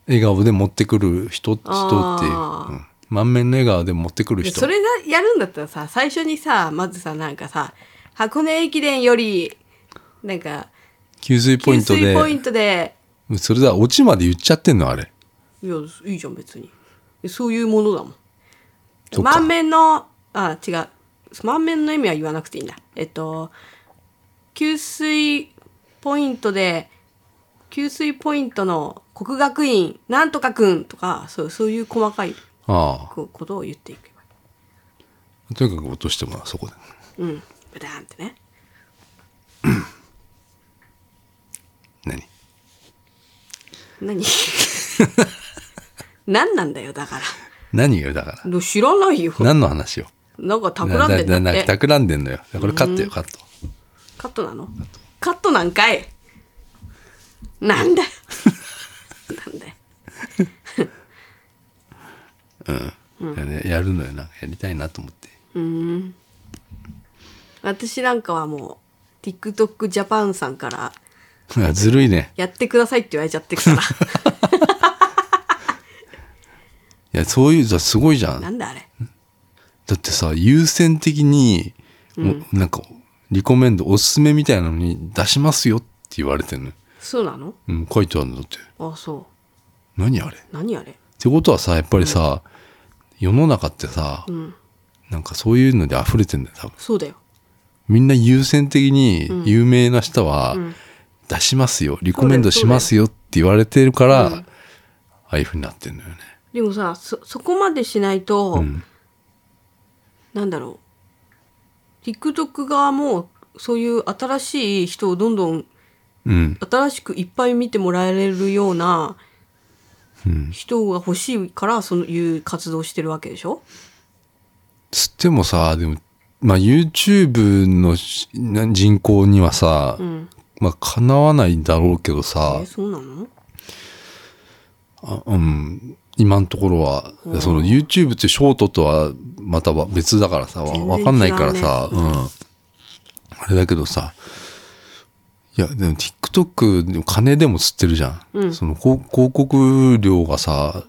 [SPEAKER 3] 笑顔で持ってくる人人っていう、
[SPEAKER 2] あー
[SPEAKER 3] うん満面の笑顔で持ってくる
[SPEAKER 2] で
[SPEAKER 3] 人
[SPEAKER 2] それがやるんだったらさ最初にさまずさなんかさ箱根駅伝よりなんか
[SPEAKER 3] 給水ポイ
[SPEAKER 2] 給
[SPEAKER 3] ント
[SPEAKER 2] 水
[SPEAKER 3] で
[SPEAKER 2] ポイントで
[SPEAKER 3] それだオチまで言っちゃってんのあれ
[SPEAKER 2] いやいいじゃん別にそういうものだも
[SPEAKER 3] そ
[SPEAKER 2] ん
[SPEAKER 3] っか
[SPEAKER 2] 満面のあ違う満面の意味は言わなくていいんだえっと給水ポイントで給水ポイントの国学院なんとかくんとかそうそういう細かい
[SPEAKER 3] あ
[SPEAKER 2] こことを言っていけば
[SPEAKER 3] あとにかく落としてもらうそこで
[SPEAKER 2] うんブダーンってね
[SPEAKER 3] 何
[SPEAKER 2] 何何なんだよだか
[SPEAKER 3] 何よだから
[SPEAKER 2] ら知らないよ
[SPEAKER 3] 何の話よ
[SPEAKER 2] なんか企んでんだ
[SPEAKER 3] なな
[SPEAKER 2] っ
[SPEAKER 3] な
[SPEAKER 2] て
[SPEAKER 3] 企んでんのよこれカットよカット
[SPEAKER 2] カットなのカットなんかいなんだなんだよ
[SPEAKER 3] いやねやるのよなんかやりたいなと思って
[SPEAKER 2] 私なんかはもう TikTok ジャパンさんから
[SPEAKER 3] あずるいね
[SPEAKER 2] やってくださいって言われちゃってるから
[SPEAKER 3] いやそういうだすごいじゃん
[SPEAKER 2] なんだあれ
[SPEAKER 3] だってさ優先的に、おなんかリコメンドおすすめみたいなのに出しますよって言われてるのよ、
[SPEAKER 2] そうなの
[SPEAKER 3] うん、書いてあるのだって
[SPEAKER 2] あそ
[SPEAKER 3] 何あれっ
[SPEAKER 2] う何あれ
[SPEAKER 3] てことはさやっぱりさ、世の中ってさ、なんかそういうので溢れてんだよ多分
[SPEAKER 2] そうだよ
[SPEAKER 3] みんな優先的に有名な人は出しますよ、リコメンドしますよって言われてるから、ああいうふうになってんのよね。
[SPEAKER 2] でもさそそこまでしないと、
[SPEAKER 3] ん
[SPEAKER 2] なんだろう TikTok 側もそういう新しい人をどんどん
[SPEAKER 3] うん。
[SPEAKER 2] 新しくいっぱい見てもらえるような人が欲しいからそういう活動してるわけでしょ
[SPEAKER 3] つってもさ、でも、まあ YouTube のしな人口にはさ、まあ叶わないんだろうけどさ
[SPEAKER 2] え、そうなの
[SPEAKER 3] あうん、今のところは、その YouTube ってショートとはまたは別だからさ、わ
[SPEAKER 2] 全然
[SPEAKER 3] わかんないからさ、うん。あれだけどさ、いや、でも TikTok でも金でも釣ってるじゃん。その広広告料がさ、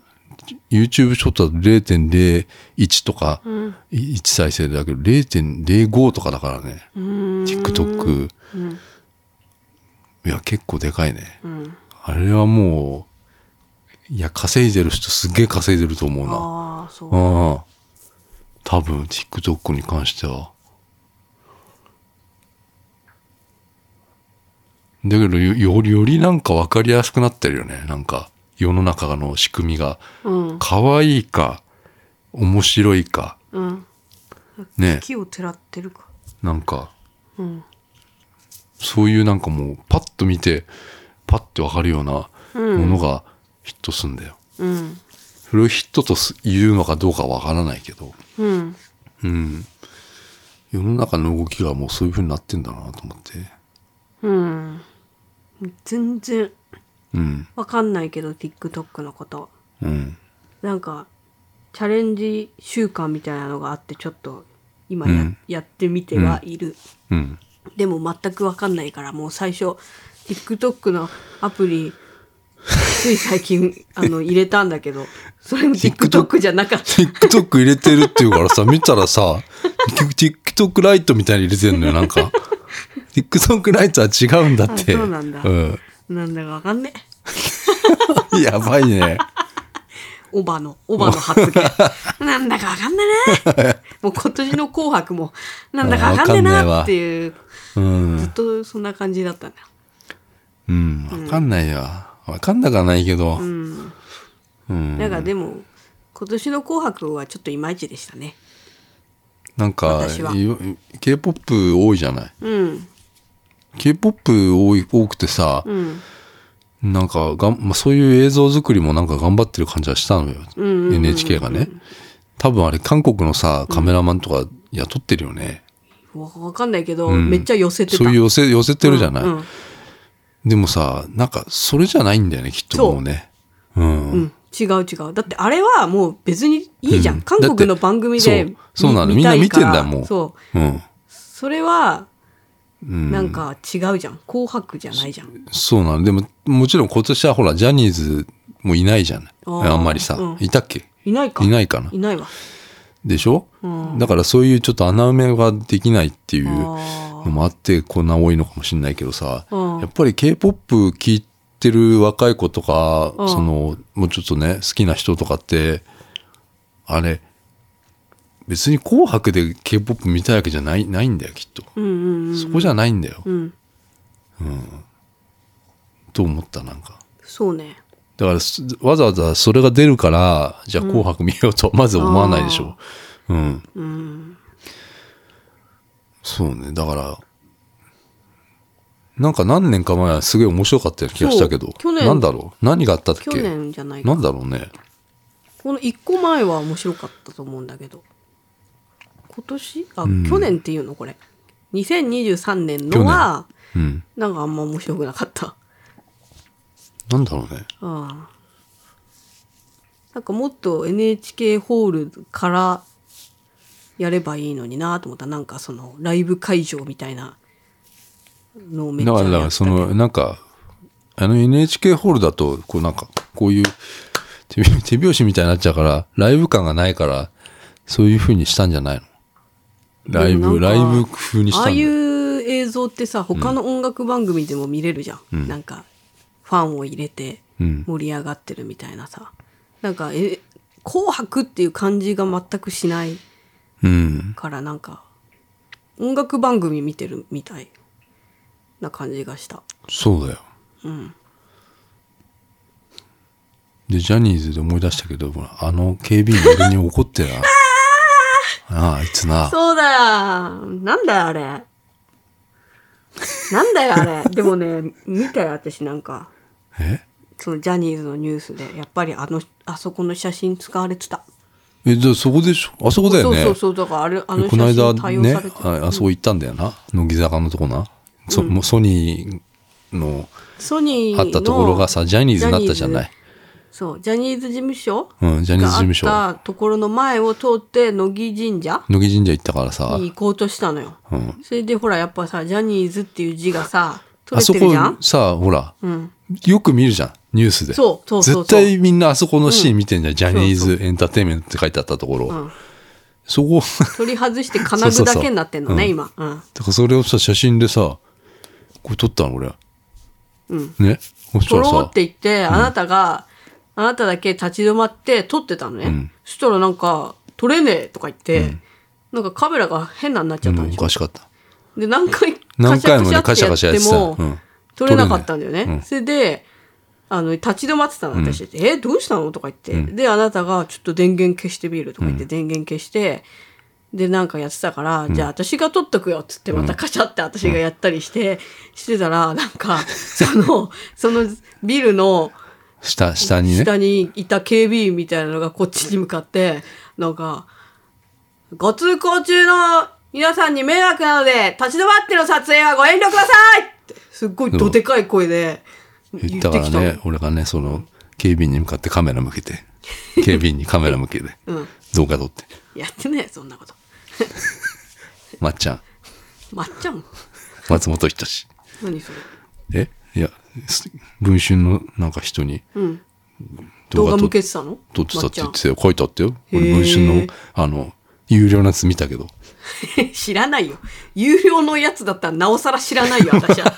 [SPEAKER 3] YouTube ショートだと0.01とか、1再生だけど0.05とかだからね、TikTok。いや、結構でかいね。あれはもう、いや、稼いでる人すげえ稼いでると思うな。
[SPEAKER 2] ああそう
[SPEAKER 3] うん。多分、TikTok に関しては。だけどよ、より、よりなんか分かりやすくなってるよね。なんか、世の中の仕組みが。
[SPEAKER 2] うん
[SPEAKER 3] 可愛いか、面白いか。
[SPEAKER 2] うん
[SPEAKER 3] ね。
[SPEAKER 2] 木をてらってるか
[SPEAKER 3] なんか、
[SPEAKER 2] うん
[SPEAKER 3] そういうなんかもう、パッと見て、パッて分かるようなものがヒットすんだよ。
[SPEAKER 2] うん
[SPEAKER 3] フルヒットとす言うのかどうかわからないけど、
[SPEAKER 2] うん
[SPEAKER 3] うん。世の中の動きがもうそういう風になってんだなと思って。
[SPEAKER 2] うん全然
[SPEAKER 3] うん。
[SPEAKER 2] わかんないけど TikTok のこと
[SPEAKER 3] うん。
[SPEAKER 2] なんかチャレンジ習慣みたいなのがあってちょっと今や,、
[SPEAKER 3] うん
[SPEAKER 2] やってみてはいる、
[SPEAKER 3] うん。
[SPEAKER 2] でも全くわかんないからもう最初 TikTok のアプリつい最 近あの入れたんだけどそれも TikTok じゃなかった。
[SPEAKER 3] TikTok 入れてるっていうからさ、見たらさ、結局 TikTok ライトみたいに入れてんのよ、なんか。TikTok ライトは違うんだって。
[SPEAKER 2] あそうなんだ
[SPEAKER 3] うん
[SPEAKER 2] なんだかわかんねえ。
[SPEAKER 3] やばいね。
[SPEAKER 2] オバの、オバの発 言。なんだかわかんねえな。もう今年の紅白も、なんだかわかんねえ
[SPEAKER 3] あ
[SPEAKER 2] な
[SPEAKER 3] わかん
[SPEAKER 2] っ
[SPEAKER 3] な
[SPEAKER 2] て
[SPEAKER 3] い
[SPEAKER 2] いう、
[SPEAKER 3] うん。
[SPEAKER 2] ずっとそんな感じだったんだ。
[SPEAKER 3] うん。わかんないよ。わかんなくはないけど。うん。
[SPEAKER 2] なんかでも、今年の紅白はちょっといまいちでしたね。
[SPEAKER 3] なんか
[SPEAKER 2] 私は、
[SPEAKER 3] いわ K-POP 多いじゃない。
[SPEAKER 2] うん、
[SPEAKER 3] K-POP 多い多くてさ、
[SPEAKER 2] うん、
[SPEAKER 3] なんかがん、まあ、そういう映像作りもなんか頑張ってる感じはしたのよ、NHK がね多分あれ韓国のさカメラマンとか雇ってるよね、
[SPEAKER 2] わわかんないけど、めっちゃ寄せてた。
[SPEAKER 3] そういう寄せ寄せてるじゃない、
[SPEAKER 2] うんうん
[SPEAKER 3] でもさなんかそれじゃないんだよねきっ
[SPEAKER 2] そ
[SPEAKER 3] と
[SPEAKER 2] う
[SPEAKER 3] もうねうん、
[SPEAKER 2] うん違う違う。だってあれはもう別にいいじゃん。
[SPEAKER 3] うん
[SPEAKER 2] 韓国の番組
[SPEAKER 3] だっ
[SPEAKER 2] で
[SPEAKER 3] て
[SPEAKER 2] 見。
[SPEAKER 3] そうそうなの
[SPEAKER 2] たい
[SPEAKER 3] みんな見てんだ
[SPEAKER 2] から
[SPEAKER 3] もう
[SPEAKER 2] そう。
[SPEAKER 3] うん
[SPEAKER 2] それは、
[SPEAKER 3] ん
[SPEAKER 2] なんか違うじゃん。紅白じゃないじゃん。
[SPEAKER 3] そうなのでももちろん今年はほらジャニーズもいないじゃない
[SPEAKER 2] あー
[SPEAKER 3] あんまりさ、
[SPEAKER 2] うん
[SPEAKER 3] いたっけ
[SPEAKER 2] いないか。
[SPEAKER 3] いないかない
[SPEAKER 2] ないわ。
[SPEAKER 3] でしょ、だからそういうちょっと穴埋めができないっていう
[SPEAKER 2] あ
[SPEAKER 3] のもあってこんな多いのかもしれないけどさ、
[SPEAKER 2] うん
[SPEAKER 3] やっぱり k p o p 聞いてる若い子とか、
[SPEAKER 2] うん
[SPEAKER 3] そのもうちょっとね好きな人とかってあれ別に「紅白」で k p o p 見たいわけじゃないないんだよきっと、
[SPEAKER 2] うんうんうん。
[SPEAKER 3] そこじゃないんだよ、
[SPEAKER 2] うん。
[SPEAKER 3] と思ったなんか
[SPEAKER 2] そうね。
[SPEAKER 3] だからすわざわざそれが出るからじゃあ「紅白」見ようとはまず思わないでしょ、うん
[SPEAKER 2] うん。
[SPEAKER 3] そうね、だから、なんか何年か前はすごい面白かったような気がしたけど
[SPEAKER 2] そう、去年
[SPEAKER 3] なんだろう何があったっけ
[SPEAKER 2] 去年じゃない
[SPEAKER 3] な
[SPEAKER 2] か。
[SPEAKER 3] んだろうね。
[SPEAKER 2] この一個前は面白かったと思うんだけど。今年あ、
[SPEAKER 3] ん
[SPEAKER 2] 去年っていうのこれ。2023年のは、
[SPEAKER 3] うん。
[SPEAKER 2] なんかあんま面白くなかった。
[SPEAKER 3] なんだろうね。
[SPEAKER 2] ああなんかもっと NHK ホールからやればいいのになと思ったなんかそのライブ会場みたいなのをめっちゃ
[SPEAKER 3] だ
[SPEAKER 2] や
[SPEAKER 3] か
[SPEAKER 2] っ
[SPEAKER 3] ら、
[SPEAKER 2] て
[SPEAKER 3] だ
[SPEAKER 2] た
[SPEAKER 3] か
[SPEAKER 2] けど
[SPEAKER 3] らその、なんか、あの NHK ホールだと、こうなんか、こういう手拍 手拍子みたいになっちゃうから、ライブ感がないから、そういう風にしたんじゃないのライ
[SPEAKER 2] でも
[SPEAKER 3] ブ、
[SPEAKER 2] な
[SPEAKER 3] ラ
[SPEAKER 2] ん
[SPEAKER 3] イ
[SPEAKER 2] か
[SPEAKER 3] ブ風にし
[SPEAKER 2] あ
[SPEAKER 3] た
[SPEAKER 2] あ
[SPEAKER 3] ん
[SPEAKER 2] い
[SPEAKER 3] だよ。
[SPEAKER 2] う映像ってさ他の音楽番組でも見れるじゃん、なんかファンを入れて
[SPEAKER 3] うん
[SPEAKER 2] 盛り上がってるみたいなさ、なんかえ「紅白」っていう感じが全くしない
[SPEAKER 3] うん。
[SPEAKER 2] からなんか音楽番組見てるみたいな感じがした
[SPEAKER 3] そうだよ。
[SPEAKER 2] うん
[SPEAKER 3] で、ジャニーズで思い出したけど、ほらあの警備員俺に怒って な。ああ、あいつな。
[SPEAKER 2] そうだよなんだよあれなんだよあ れでもね見たよ私なんか
[SPEAKER 3] え
[SPEAKER 2] そのジャニーズのニュースでやっぱりあのあそこの写真使われてた、
[SPEAKER 3] え、じゃあそこでしょあそこだよ
[SPEAKER 2] そう
[SPEAKER 3] ね。
[SPEAKER 2] そうそうだからあれあの写
[SPEAKER 3] この間
[SPEAKER 2] 真対応
[SPEAKER 3] ね
[SPEAKER 2] されてた、
[SPEAKER 3] あ、あそこ行ったんだよな。乃木坂のとこな。そもうソニーの
[SPEAKER 2] ソニーの
[SPEAKER 3] あったところがさ、ジャニーズになったじゃな
[SPEAKER 2] ジャニー
[SPEAKER 3] い
[SPEAKER 2] ズ。そうジャニーズ事務所
[SPEAKER 3] うん、ジャニーズ事務所。
[SPEAKER 2] があったところの前を通って乃木神社
[SPEAKER 3] 乃木神社行ったからさ。
[SPEAKER 2] に行こうとしたのよ、
[SPEAKER 3] うん
[SPEAKER 2] それでほらやっぱさジャニーズっていう字がさ
[SPEAKER 3] あ
[SPEAKER 2] 取れ
[SPEAKER 3] そ
[SPEAKER 2] てる
[SPEAKER 3] こ
[SPEAKER 2] じゃん
[SPEAKER 3] さ、ほら、
[SPEAKER 2] ん
[SPEAKER 3] よく見るじゃん、ニュースで。
[SPEAKER 2] そうそうそうそう
[SPEAKER 3] 絶対みんなあそこのシーン見てんじゃん。ジャニーズエンターテインメントって書いてあったところ。
[SPEAKER 2] ん
[SPEAKER 3] そこ、
[SPEAKER 2] 取り外して金具だけになってんのね
[SPEAKER 3] そう
[SPEAKER 2] 今、うん、
[SPEAKER 3] だからそれをさ、写真でさ、これ撮ったの俺。うん。ねそし
[SPEAKER 2] 撮
[SPEAKER 3] たら
[SPEAKER 2] ろう
[SPEAKER 3] さ
[SPEAKER 2] っ、て言って、あなたが、あなただけ立ち止まって撮ってたのね。
[SPEAKER 3] ん
[SPEAKER 2] そしたらなんか、撮れねえとか言って、なんかカメラが変なになっちゃった
[SPEAKER 3] うんん
[SPEAKER 2] でし
[SPEAKER 3] お
[SPEAKER 2] ょ。
[SPEAKER 3] かしかった。
[SPEAKER 2] で、何回、
[SPEAKER 3] 何回もね
[SPEAKER 2] カシャカシャってや
[SPEAKER 3] カシャカシャやっ
[SPEAKER 2] ってて
[SPEAKER 3] たよう
[SPEAKER 2] も
[SPEAKER 3] ん、
[SPEAKER 2] 撮れなかったんだよ
[SPEAKER 3] 撮れない
[SPEAKER 2] ね
[SPEAKER 3] うん。
[SPEAKER 2] それで、あの、立ち止まってたの、私。え、どうしたのとか言って。で、あなたが、ちょっと電源消してみるとか言って、電源消して、で、なんかやってたから、じゃあ私が撮っとくよっつって、またカシャって私がやったりして、してたら、なんか、その、そのビルの、
[SPEAKER 3] 下、下にね。
[SPEAKER 2] 下にいた警備員みたいなのがこっちに向かって、なんか、ご通行中の皆さんに迷惑なので、立ち止まっての撮影はご遠慮くださいって、すっごいどでかい声で言
[SPEAKER 3] 言
[SPEAKER 2] っ
[SPEAKER 3] った
[SPEAKER 2] て
[SPEAKER 3] か
[SPEAKER 2] き
[SPEAKER 3] ら
[SPEAKER 2] たの。
[SPEAKER 3] ね、俺がね、その、警備員に向かってカメラ向 けて、警備員にカメラ向けて、
[SPEAKER 2] うん。
[SPEAKER 3] 動画撮って、
[SPEAKER 2] やってねえ、そんなこと。
[SPEAKER 3] まっちゃん、
[SPEAKER 2] まっちゃん。
[SPEAKER 3] 松本人志。
[SPEAKER 2] 何それ。
[SPEAKER 3] えいや、す文春のなんか人に
[SPEAKER 2] うん。動画
[SPEAKER 3] 動画撮
[SPEAKER 2] 向
[SPEAKER 3] っ
[SPEAKER 2] けてたの
[SPEAKER 3] 撮ってたって言
[SPEAKER 2] ま
[SPEAKER 3] っ
[SPEAKER 2] って
[SPEAKER 3] たよ。書いてあったよ。俺
[SPEAKER 2] へー
[SPEAKER 3] 文春の、あの、有料なやつ見たけど。
[SPEAKER 2] ちゃん 知らないよ。有料のやつだったらなおさら知らないよ、私 は。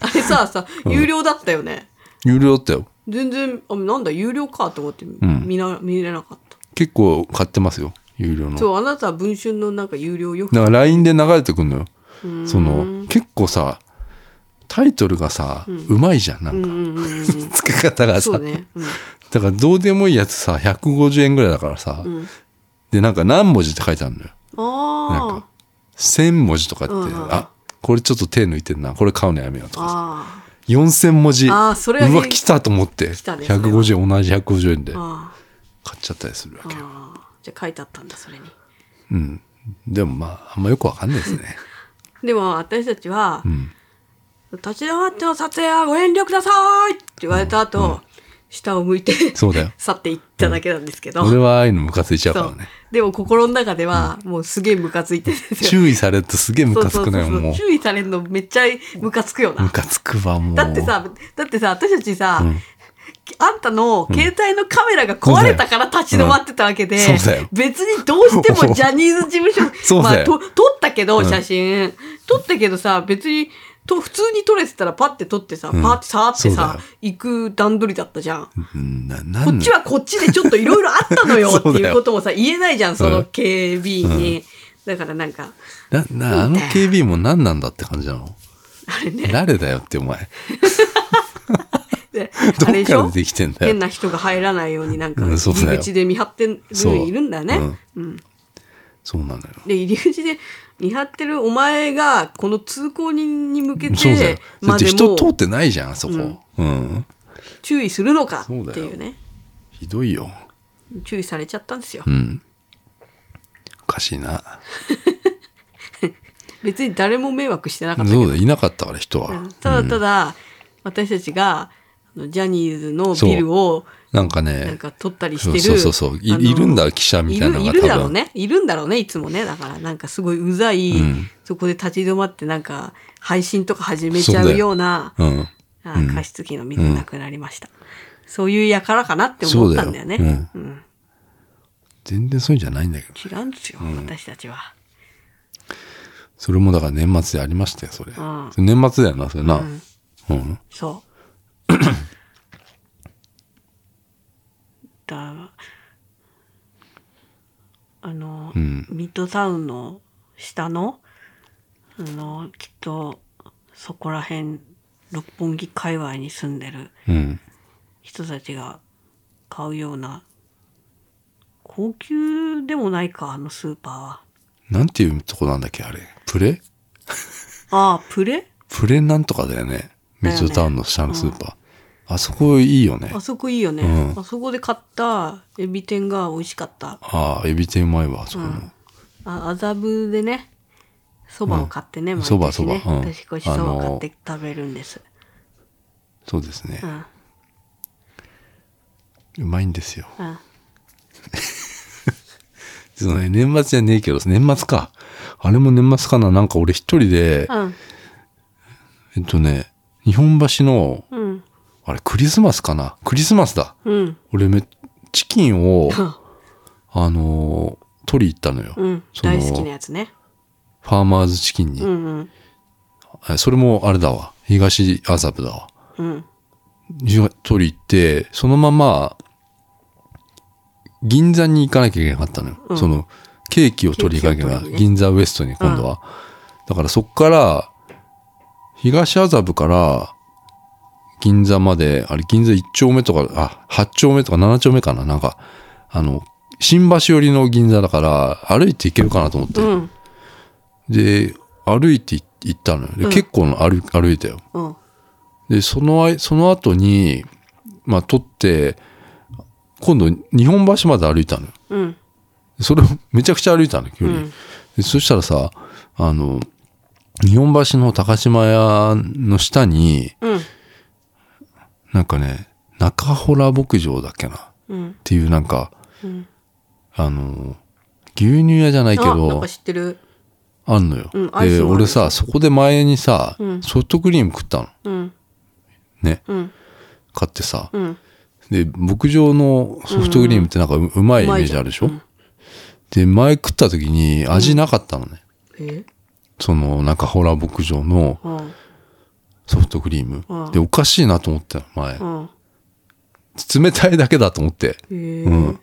[SPEAKER 2] あれさ、さ、有料だったよね。
[SPEAKER 3] 有料だったよ。
[SPEAKER 2] 全然あなんだ有料かと思って
[SPEAKER 3] ん
[SPEAKER 2] 見な、見れなかった
[SPEAKER 3] 結構買ってますよ。有料の。
[SPEAKER 2] そうあなたは文春のなんか有料よ
[SPEAKER 3] だから LINE で流れてくんのよ。その、結構さ、タイトルがさ、うまいじゃん、なんか。付け方がさ。
[SPEAKER 2] そうね、 うん、
[SPEAKER 3] だからどうでもいいやつさ、150円ぐらいだからさ。で、なんか何文字って書いてあるのよ。なん
[SPEAKER 2] あ
[SPEAKER 3] か、1000文字とかって、
[SPEAKER 2] うんうん
[SPEAKER 3] あ、これちょっと手抜いてんな。これ買うのやめようとかさ。
[SPEAKER 2] ああ
[SPEAKER 3] 4000文字。
[SPEAKER 2] あーそれはね
[SPEAKER 3] うわ、来たと思って。
[SPEAKER 2] 来たね
[SPEAKER 3] 150円、同じ150円で買
[SPEAKER 2] ああ
[SPEAKER 3] っちゃったりするわけよ。
[SPEAKER 2] ああじゃあ書いてあったんだそれに
[SPEAKER 3] うん。でもまあ、あんまよくわかんないですね。
[SPEAKER 2] でも私たちは
[SPEAKER 3] うん。
[SPEAKER 2] 「立ち止まっての撮影はご遠慮ください!」って言われた後、下を向いて
[SPEAKER 3] そうだよ
[SPEAKER 2] 去っていっただけなんですけど、
[SPEAKER 3] 俺はああいうのムカついちゃう
[SPEAKER 2] そ
[SPEAKER 3] から
[SPEAKER 2] う
[SPEAKER 3] ね。
[SPEAKER 2] でも心の中ではもうすげえムカついてるん ですよ
[SPEAKER 3] 注意されるとすげえムカつくのよ、
[SPEAKER 2] そうそうそう
[SPEAKER 3] も
[SPEAKER 2] 注意されるのめっちゃムカつくよ
[SPEAKER 3] う。ム
[SPEAKER 2] な
[SPEAKER 3] カつくわ、もう。
[SPEAKER 2] だってさだってさ私たちさ、
[SPEAKER 3] うん
[SPEAKER 2] あんたの携帯のカメラが壊れたから立ち止まってたわけで、
[SPEAKER 3] うんそうだよ
[SPEAKER 2] 別にどうしてもジャニーズ事務所
[SPEAKER 3] そうだよ
[SPEAKER 2] まあ、と撮ったけど写真、撮ったけどさ別にと普通に撮れてたらパッて撮ってさ、
[SPEAKER 3] ん
[SPEAKER 2] パッてさーって
[SPEAKER 3] そうだ
[SPEAKER 2] さ
[SPEAKER 3] よ
[SPEAKER 2] 行く段取りだったじゃん。
[SPEAKER 3] うん、な、な
[SPEAKER 2] こ
[SPEAKER 3] ん
[SPEAKER 2] っちはこっちでちょっといろいろあったのよって
[SPEAKER 3] そうだよ
[SPEAKER 2] いうこともさ言えないじゃんそうの
[SPEAKER 3] ん
[SPEAKER 2] 警備員に、だからなんか
[SPEAKER 3] な、な、あの警備員も何なんだって感じなの
[SPEAKER 2] あれね
[SPEAKER 3] 誰だよって、お前。
[SPEAKER 2] で
[SPEAKER 3] ど
[SPEAKER 2] あれ
[SPEAKER 3] っ
[SPEAKER 2] でし
[SPEAKER 3] から
[SPEAKER 2] ょ
[SPEAKER 3] 出てきてんだよ
[SPEAKER 2] 変。な人が入らないようになんか
[SPEAKER 3] うんそう
[SPEAKER 2] 入
[SPEAKER 3] だよ
[SPEAKER 2] り口で見張ってる
[SPEAKER 3] そう
[SPEAKER 2] いるんだよね。
[SPEAKER 3] うんそうなのよ。
[SPEAKER 2] で入り口で見張ってるお前がこの通行人に向け
[SPEAKER 3] そうだ
[SPEAKER 2] て。
[SPEAKER 3] よだ
[SPEAKER 2] ま
[SPEAKER 3] って
[SPEAKER 2] で
[SPEAKER 3] 人
[SPEAKER 2] も
[SPEAKER 3] 通ってないじゃん、あそこ。うん。
[SPEAKER 2] 注意するのかって
[SPEAKER 3] そうだよ
[SPEAKER 2] いうね
[SPEAKER 3] ひどいよ。
[SPEAKER 2] 注意されちゃったんですよ
[SPEAKER 3] うん。おかしいな。
[SPEAKER 2] 別に誰も迷惑してなかったけ
[SPEAKER 3] そ
[SPEAKER 2] ど
[SPEAKER 3] うだよ、いなかったから人は。
[SPEAKER 2] うんただただ私たちがあのジャニーズのビルを
[SPEAKER 3] なんか
[SPEAKER 2] なん
[SPEAKER 3] ね、
[SPEAKER 2] か撮ったりし
[SPEAKER 3] そ
[SPEAKER 2] てる
[SPEAKER 3] うそうそうそうい、
[SPEAKER 2] あの
[SPEAKER 3] いるんだ記者み
[SPEAKER 2] い
[SPEAKER 3] たい
[SPEAKER 2] る
[SPEAKER 3] なの
[SPEAKER 2] い
[SPEAKER 3] が
[SPEAKER 2] る
[SPEAKER 3] 多
[SPEAKER 2] だろう
[SPEAKER 3] 分。
[SPEAKER 2] ねいるんだろうねいつもねだからなんかすごいうざい、
[SPEAKER 3] うん
[SPEAKER 2] そこで立ち止まってなんか配信とか始めちゃうような
[SPEAKER 3] うん。
[SPEAKER 2] あー加湿器の水なくなりました、そういうやからかなって思ったんだよね
[SPEAKER 3] そうだよ
[SPEAKER 2] うん
[SPEAKER 3] 全然そういうんじゃないんだけど。
[SPEAKER 2] 違うんですよ、私たちは
[SPEAKER 3] それもだから年末でありましたよ、それ。
[SPEAKER 2] ん
[SPEAKER 3] それ年末だよな、それな。うん。
[SPEAKER 2] そう だあの、
[SPEAKER 3] うん
[SPEAKER 2] ミッドタウンの下のあのきっとそこら辺六本木界隈に住んでる
[SPEAKER 3] うん。
[SPEAKER 2] 人たちが買うような高級でもないかあのスーパーは
[SPEAKER 3] なんていうとこなんだっけ、あれ。プレ
[SPEAKER 2] ああプレ
[SPEAKER 3] プレなんとかだよね。ミ
[SPEAKER 2] だよ
[SPEAKER 3] ッ
[SPEAKER 2] ね
[SPEAKER 3] ドタウンの下のスーパー。あそこいいよね
[SPEAKER 2] あ。そこいいよね、
[SPEAKER 3] うん
[SPEAKER 2] あそこで買ったエビ天が美味しかった
[SPEAKER 3] ああ、エビ天うまいわ、あそこの。
[SPEAKER 2] あ麻布でねそばを買ってね、毎年
[SPEAKER 3] そばそば
[SPEAKER 2] ね
[SPEAKER 3] うん
[SPEAKER 2] 私ごちそうを買って食べるんです、
[SPEAKER 3] そうですね
[SPEAKER 2] う。ん
[SPEAKER 3] うまいんですよ。
[SPEAKER 2] うん
[SPEAKER 3] そのね年末じゃねえけど、年末か。あれも年末かな。なんか俺一人で、
[SPEAKER 2] うん
[SPEAKER 3] えっとね、日本橋の、
[SPEAKER 2] うん
[SPEAKER 3] あれクリスマスかな。クリスマスだ。
[SPEAKER 2] うん
[SPEAKER 3] 俺め、チキンを、
[SPEAKER 2] うん
[SPEAKER 3] あのー取り行ったのよ。
[SPEAKER 2] うん
[SPEAKER 3] その
[SPEAKER 2] 大好きなやつね
[SPEAKER 3] ファーマーズチキンに。
[SPEAKER 2] うんうん
[SPEAKER 3] あそれもあれだわ。東麻布だわ。
[SPEAKER 2] うん
[SPEAKER 3] 取り行って、そのまま、銀座に行かなきゃいけなかったのよ。その、ケーキを取り行かなきゃいけ
[SPEAKER 2] ケーキを
[SPEAKER 3] な
[SPEAKER 2] 取
[SPEAKER 3] い
[SPEAKER 2] りにね
[SPEAKER 3] 銀座ウエストに今度は。だからそっから、東麻布から、銀座まで、あれ銀座1丁目とか、あ、8丁目とか7丁目かななんか、あの、新橋寄りの銀座だから、歩いて行けるかなと思って。
[SPEAKER 2] うん
[SPEAKER 3] で、歩いて行ったのよ。で、結構の歩歩いたよ。
[SPEAKER 2] うん
[SPEAKER 3] で、そのあい、その後に、まあ、撮って、今度、日本橋まで歩いたのよ。
[SPEAKER 2] うん
[SPEAKER 3] それをめちゃくちゃ歩いたの、距離。でそしたらさ、あの、日本橋の高島屋の下に、
[SPEAKER 2] うん
[SPEAKER 3] なんかね、中ほら牧場だっけな。っ
[SPEAKER 2] うん
[SPEAKER 3] ていう、なんか、
[SPEAKER 2] うん
[SPEAKER 3] あの、牛乳屋じゃないけ
[SPEAKER 2] あなん
[SPEAKER 3] ど
[SPEAKER 2] か、知ってる
[SPEAKER 3] あんのよ。
[SPEAKER 2] うんアイス
[SPEAKER 3] で、
[SPEAKER 2] もある
[SPEAKER 3] 俺さ、そこで前にさ、
[SPEAKER 2] うん
[SPEAKER 3] ソフトクリーム食ったの。
[SPEAKER 2] うん
[SPEAKER 3] ね、
[SPEAKER 2] うん
[SPEAKER 3] 買ってさ。
[SPEAKER 2] うん
[SPEAKER 3] で、牧場のソフトクリームってなんかう,、まいイメージあるでしょ、
[SPEAKER 2] うまい
[SPEAKER 3] で、前食った時に味なかったのね。
[SPEAKER 2] え
[SPEAKER 3] その、なんかホラー牧場の
[SPEAKER 2] うん
[SPEAKER 3] ソフトクリーム。
[SPEAKER 2] うん
[SPEAKER 3] で、おかしいなと思ったの、前。
[SPEAKER 2] うん
[SPEAKER 3] 冷たいだけだと思って。
[SPEAKER 2] へえ
[SPEAKER 3] うん。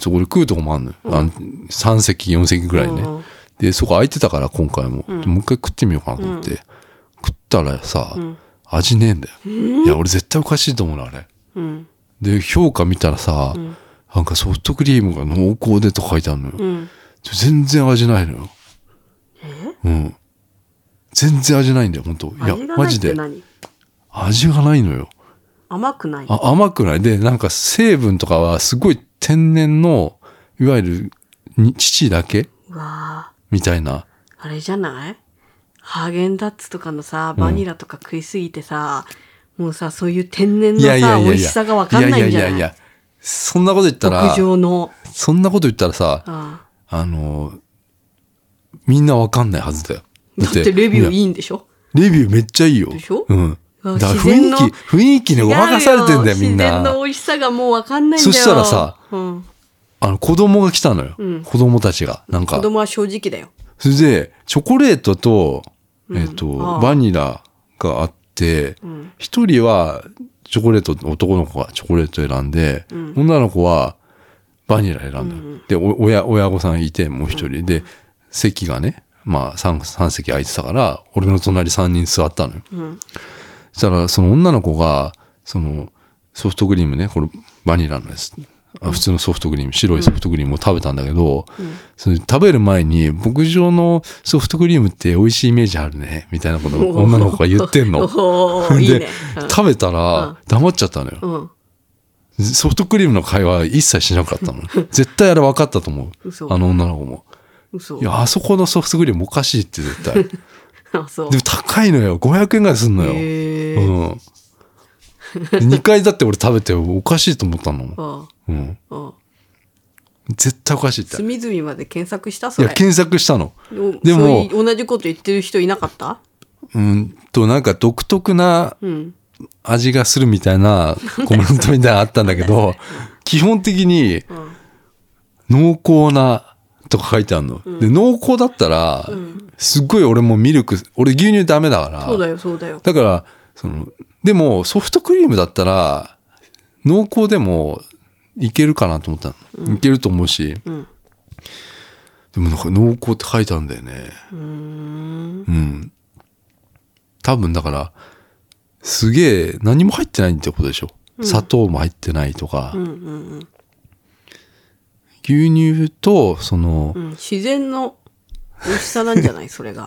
[SPEAKER 3] そこで食うとこもあんのよ。あの3席、4席ぐらいね。
[SPEAKER 2] うん
[SPEAKER 3] で、そこ空いてたから、今回も。もう一回食ってみようかなと思って。食ったらさ、味ねえんだよ。いや、俺絶対おかしいと思うな、あれ。
[SPEAKER 2] うん
[SPEAKER 3] で、評価見たらさ、なんかソフトクリームが濃厚でとか書いてあるのよ。
[SPEAKER 2] うん
[SPEAKER 3] 全然味ないのよ。うん。全然味ないんだよ本当いや
[SPEAKER 2] 味が
[SPEAKER 3] マ
[SPEAKER 2] ない
[SPEAKER 3] ジ
[SPEAKER 2] って
[SPEAKER 3] で
[SPEAKER 2] 何
[SPEAKER 3] 味がないのよ
[SPEAKER 2] 甘くない
[SPEAKER 3] あ甘くないでなんか成分とかはすごい天然のいわゆるに乳だけ
[SPEAKER 2] うわ
[SPEAKER 3] みたいな
[SPEAKER 2] ーあれじゃないハーゲンダッツとかのさバニラとか食いすぎてさ、もうさそういう天然の
[SPEAKER 3] いやいや
[SPEAKER 2] さ
[SPEAKER 3] いやい
[SPEAKER 2] 美
[SPEAKER 3] や
[SPEAKER 2] 味しさがわかんないんじゃない
[SPEAKER 3] いやいやいやいやそんなこと言ったら
[SPEAKER 2] 特上の
[SPEAKER 3] そんなこと言ったらさ
[SPEAKER 2] あ
[SPEAKER 3] あのみんなわかんないはずだよ
[SPEAKER 2] あだってレビュー
[SPEAKER 3] い
[SPEAKER 2] いいんでしょ
[SPEAKER 3] やレビューめっちゃいいよ
[SPEAKER 2] でしょ
[SPEAKER 3] うん
[SPEAKER 2] う
[SPEAKER 3] だ
[SPEAKER 2] わ
[SPEAKER 3] から
[SPEAKER 2] 自
[SPEAKER 3] 雰
[SPEAKER 2] 然の
[SPEAKER 3] 囲気雰囲気にごまかされてんだよみん
[SPEAKER 2] 自然
[SPEAKER 3] な
[SPEAKER 2] の美味しさがもうわかんないんだよ
[SPEAKER 3] そしたらさ、
[SPEAKER 2] うん、
[SPEAKER 3] あの子供が来たのよ、子供たちがなんか
[SPEAKER 2] 子供は正直だよ
[SPEAKER 3] それで、チョコレートと、えっ、
[SPEAKER 2] ああ
[SPEAKER 3] と、バニラがあって、一、人はチョコレート、男の子がチョコレート選んで、女の子はバニラ選んだの。で、お親、親御さんいて、もう一人、で、席がね、まあ3、三席空いてたから、俺の隣3人座ったのよ。そしたら、その女の子が、その、ソフトクリームね、これ、バニラのやつ。あ普通のソフトクリーム、白いソフトクリームを食べたんだけど、それ食べる前に、牧場のソフトクリームって美味しいイメージあるね、みたいなことを女の子が言ってんの。
[SPEAKER 2] おー
[SPEAKER 3] で、
[SPEAKER 2] いいね、
[SPEAKER 3] 食べた
[SPEAKER 2] うん
[SPEAKER 3] ら、黙っちゃったのよ。
[SPEAKER 2] うんうん、
[SPEAKER 3] ソフトクリームの会話一切しなかっ たの。絶対あれ分かったと思
[SPEAKER 2] 嘘
[SPEAKER 3] う。あの女の子も。
[SPEAKER 2] 嘘
[SPEAKER 3] いや、あそこのソフトクリームおかしいって絶対。で
[SPEAKER 2] あそう
[SPEAKER 3] も高いのよ。500円ぐらいすんのよ。
[SPEAKER 2] へー
[SPEAKER 3] うん。2回だって俺食べておかしいと思ったの。
[SPEAKER 2] あ
[SPEAKER 3] うん。
[SPEAKER 2] あああ
[SPEAKER 3] 絶対おかしいって。い
[SPEAKER 2] 隅々まで検索したそれ
[SPEAKER 3] や、検索したの。
[SPEAKER 2] お
[SPEAKER 3] でも
[SPEAKER 2] そういう同じこと言ってる人いなかった
[SPEAKER 3] うんと、なんか独特な
[SPEAKER 2] うん
[SPEAKER 3] 味がするみたいなコメントみたいなのあったんだ けど、基本的に
[SPEAKER 2] ん
[SPEAKER 3] 濃厚なとか書いてあるの。で、濃厚だったら、すっごい俺もミルク、俺牛乳ダメだから。
[SPEAKER 2] そうだよそうだよ
[SPEAKER 3] だから、その、でもソフトクリームだったら、濃厚でもいけるかなと思ったの。いけると思うし。
[SPEAKER 2] ん
[SPEAKER 3] でもなんか濃厚って書いてあるんだよね。うん,、多分だから、すげえ何も入ってないってことでしょ。砂糖も入ってないとか。牛乳と、その、
[SPEAKER 2] うん自然の美味しさなんじゃないそれが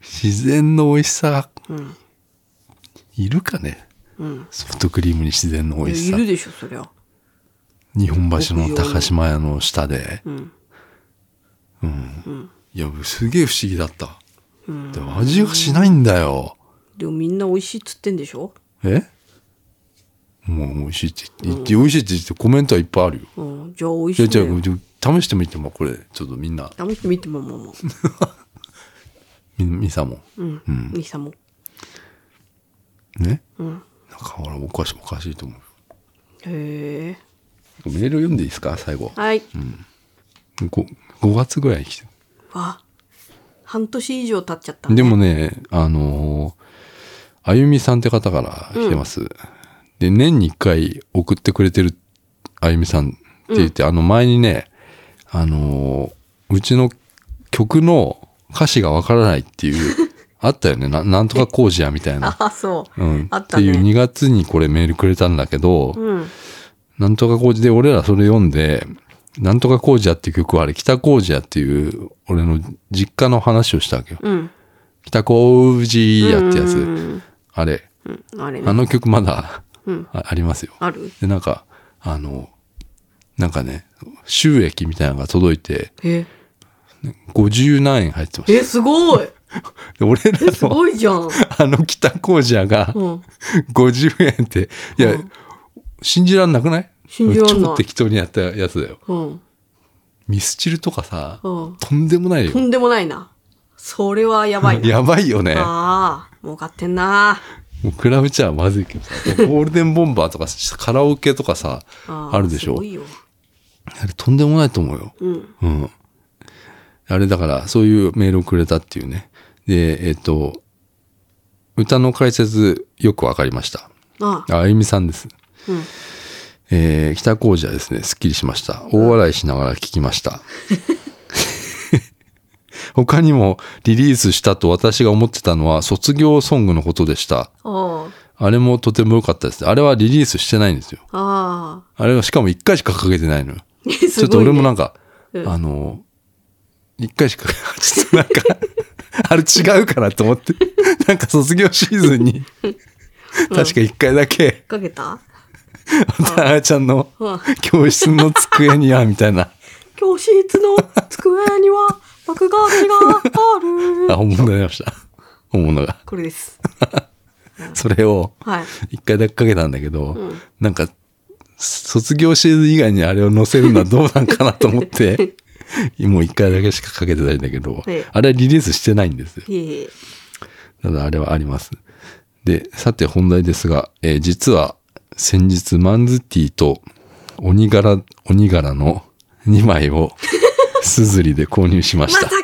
[SPEAKER 3] 自然の美味しさが
[SPEAKER 2] ん、
[SPEAKER 3] いるかね、
[SPEAKER 2] ん
[SPEAKER 3] ソフトクリームに自然の美味し
[SPEAKER 2] い
[SPEAKER 3] さ
[SPEAKER 2] やい。るでしょそりゃ
[SPEAKER 3] 日本橋の高島屋の下で。うん。うん。いや、すげえ不思議だった。でも味がしないんだよ。
[SPEAKER 2] でもみんな美味しいっつってんでしょ
[SPEAKER 3] えもう美味しいって言って、美味しいって言ってコメントはいっぱいあるよ。
[SPEAKER 2] うんじゃあ美味
[SPEAKER 3] じ
[SPEAKER 2] し
[SPEAKER 3] ゃ
[SPEAKER 2] い
[SPEAKER 3] じゃ
[SPEAKER 2] ね
[SPEAKER 3] 試してみても、これ、ちょっとみんな、
[SPEAKER 2] 試してみてももうも
[SPEAKER 3] み、みさも。
[SPEAKER 2] ううん兄さんも
[SPEAKER 3] ね、なんか、ほら、おかしい、おかしいと思う。
[SPEAKER 2] へえ
[SPEAKER 3] メール読んでいいですか最後。
[SPEAKER 2] はい、
[SPEAKER 3] 5, 5月ぐらいに来て。
[SPEAKER 2] わ半年以上経っちゃったね
[SPEAKER 3] でもね、あのーあゆみさんって方から来てます。で、年に一回送ってくれてるあゆみさんって言って、あの前にね、あのーうちの曲の歌詞がわからないっ ていう、あったよね。ななんとか工事やみたいな。
[SPEAKER 2] あそう、
[SPEAKER 3] うん。
[SPEAKER 2] あっ
[SPEAKER 3] ったていう
[SPEAKER 2] ね
[SPEAKER 3] 2月にこれメールくれたんだけど、
[SPEAKER 2] うん
[SPEAKER 3] なんとか工事で、俺らそれ読んで、なんとか工事やっていう曲はあれ、北工事やっていう、俺の実家の話をしたわけよ。
[SPEAKER 2] うん
[SPEAKER 3] 北工事やってやつ。
[SPEAKER 2] うん
[SPEAKER 3] あれ、
[SPEAKER 2] うんあれね
[SPEAKER 3] あの曲まだ、
[SPEAKER 2] うん
[SPEAKER 3] あありますよ。
[SPEAKER 2] ある
[SPEAKER 3] で、なんか、あの、なんかね、収益みたいなのが届いて、
[SPEAKER 2] え
[SPEAKER 3] 50何円入ってまし
[SPEAKER 2] えすごい
[SPEAKER 3] た。で俺ら
[SPEAKER 2] えす
[SPEAKER 3] の、
[SPEAKER 2] ごいじゃん、
[SPEAKER 3] あの北工事屋が、
[SPEAKER 2] うん、
[SPEAKER 3] 50円って、いや、信じらんなくない
[SPEAKER 2] 信じらんない
[SPEAKER 3] 超適当にやったやつだよ。
[SPEAKER 2] うん
[SPEAKER 3] ミスチルとかさ、
[SPEAKER 2] うん
[SPEAKER 3] とんでもないよ
[SPEAKER 2] と。んでもないなそれはやばいな
[SPEAKER 3] やばいよね。
[SPEAKER 2] ああ儲かってんな
[SPEAKER 3] もう比べちゃまずいけどさ、ゴールデンボンバーとかさカラオケとかさ、
[SPEAKER 2] あ
[SPEAKER 3] あ
[SPEAKER 2] ー
[SPEAKER 3] るでしょ
[SPEAKER 2] すごいよ
[SPEAKER 3] あれとんでもないと思うよ。
[SPEAKER 2] うん
[SPEAKER 3] うん。あれだから、そういうメールをくれたっていうね。で、えっ、と、歌の解説よくわかりました。
[SPEAKER 2] あ
[SPEAKER 3] ああゆみさんです。
[SPEAKER 2] うん
[SPEAKER 3] えー北浩二はですね、すっきりしました。大笑いしながら聞きま した。他にもリリースしたと私が思ってたのは卒業ソングのことでした。
[SPEAKER 2] あ
[SPEAKER 3] あれもとても良かったです。あれはリリースしてないんですよ。
[SPEAKER 2] あ
[SPEAKER 3] あれはしかも一回しか掲げてないのよ。
[SPEAKER 2] ーすごい、ね、
[SPEAKER 3] ちょっと俺もなんか、
[SPEAKER 2] うん
[SPEAKER 3] あの、一回しか、 ちょっとなんか、あれ違うかなと思って。 なんか卒業シーズンに、確か一回だけ、
[SPEAKER 2] かけた
[SPEAKER 3] あやちゃんの
[SPEAKER 2] うん
[SPEAKER 3] 教室の机には、みたいな。
[SPEAKER 2] 教室の机には 爆紙がある。
[SPEAKER 3] あ、本物になりました。本物が。
[SPEAKER 2] これです。
[SPEAKER 3] それを、
[SPEAKER 2] はい。
[SPEAKER 3] 一回だけかけたんだけど、なんか、卒業シーズン以外にあれを載せるのはどうなんかなと 思って、もう一回だけしかかけてないんだけど
[SPEAKER 2] ええ、
[SPEAKER 3] あれはリリースしてないんですよ。
[SPEAKER 2] いえいえ。
[SPEAKER 3] ただあれはあります。で、さて本題ですが、えー実は先日マンズティーと鬼柄、鬼柄の2枚 をすずりで購入しま
[SPEAKER 2] ま
[SPEAKER 3] し
[SPEAKER 2] さ
[SPEAKER 3] た
[SPEAKER 2] か。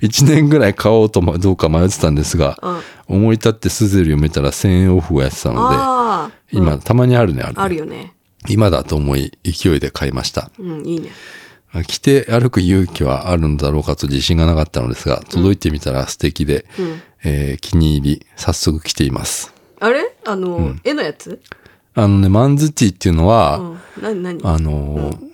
[SPEAKER 3] 1年ぐらい買おうともどうか迷ってたんですが、思い立ってすずりを見たら1000円オフをやってたので、
[SPEAKER 2] ああ。
[SPEAKER 3] 今、たまにあるね、あるね
[SPEAKER 2] あるよね。
[SPEAKER 3] 今だと思い、勢いで買いました。
[SPEAKER 2] うん、いいね。
[SPEAKER 3] 着て歩く勇気はあるのだろうかと自信がなかったのですが、届いてみたら素敵で、えー気に入り、早速着ています。
[SPEAKER 2] あれあの、絵のやつ
[SPEAKER 3] あのね、マンズティっていうのは、
[SPEAKER 2] うん。なになにあ
[SPEAKER 3] あのー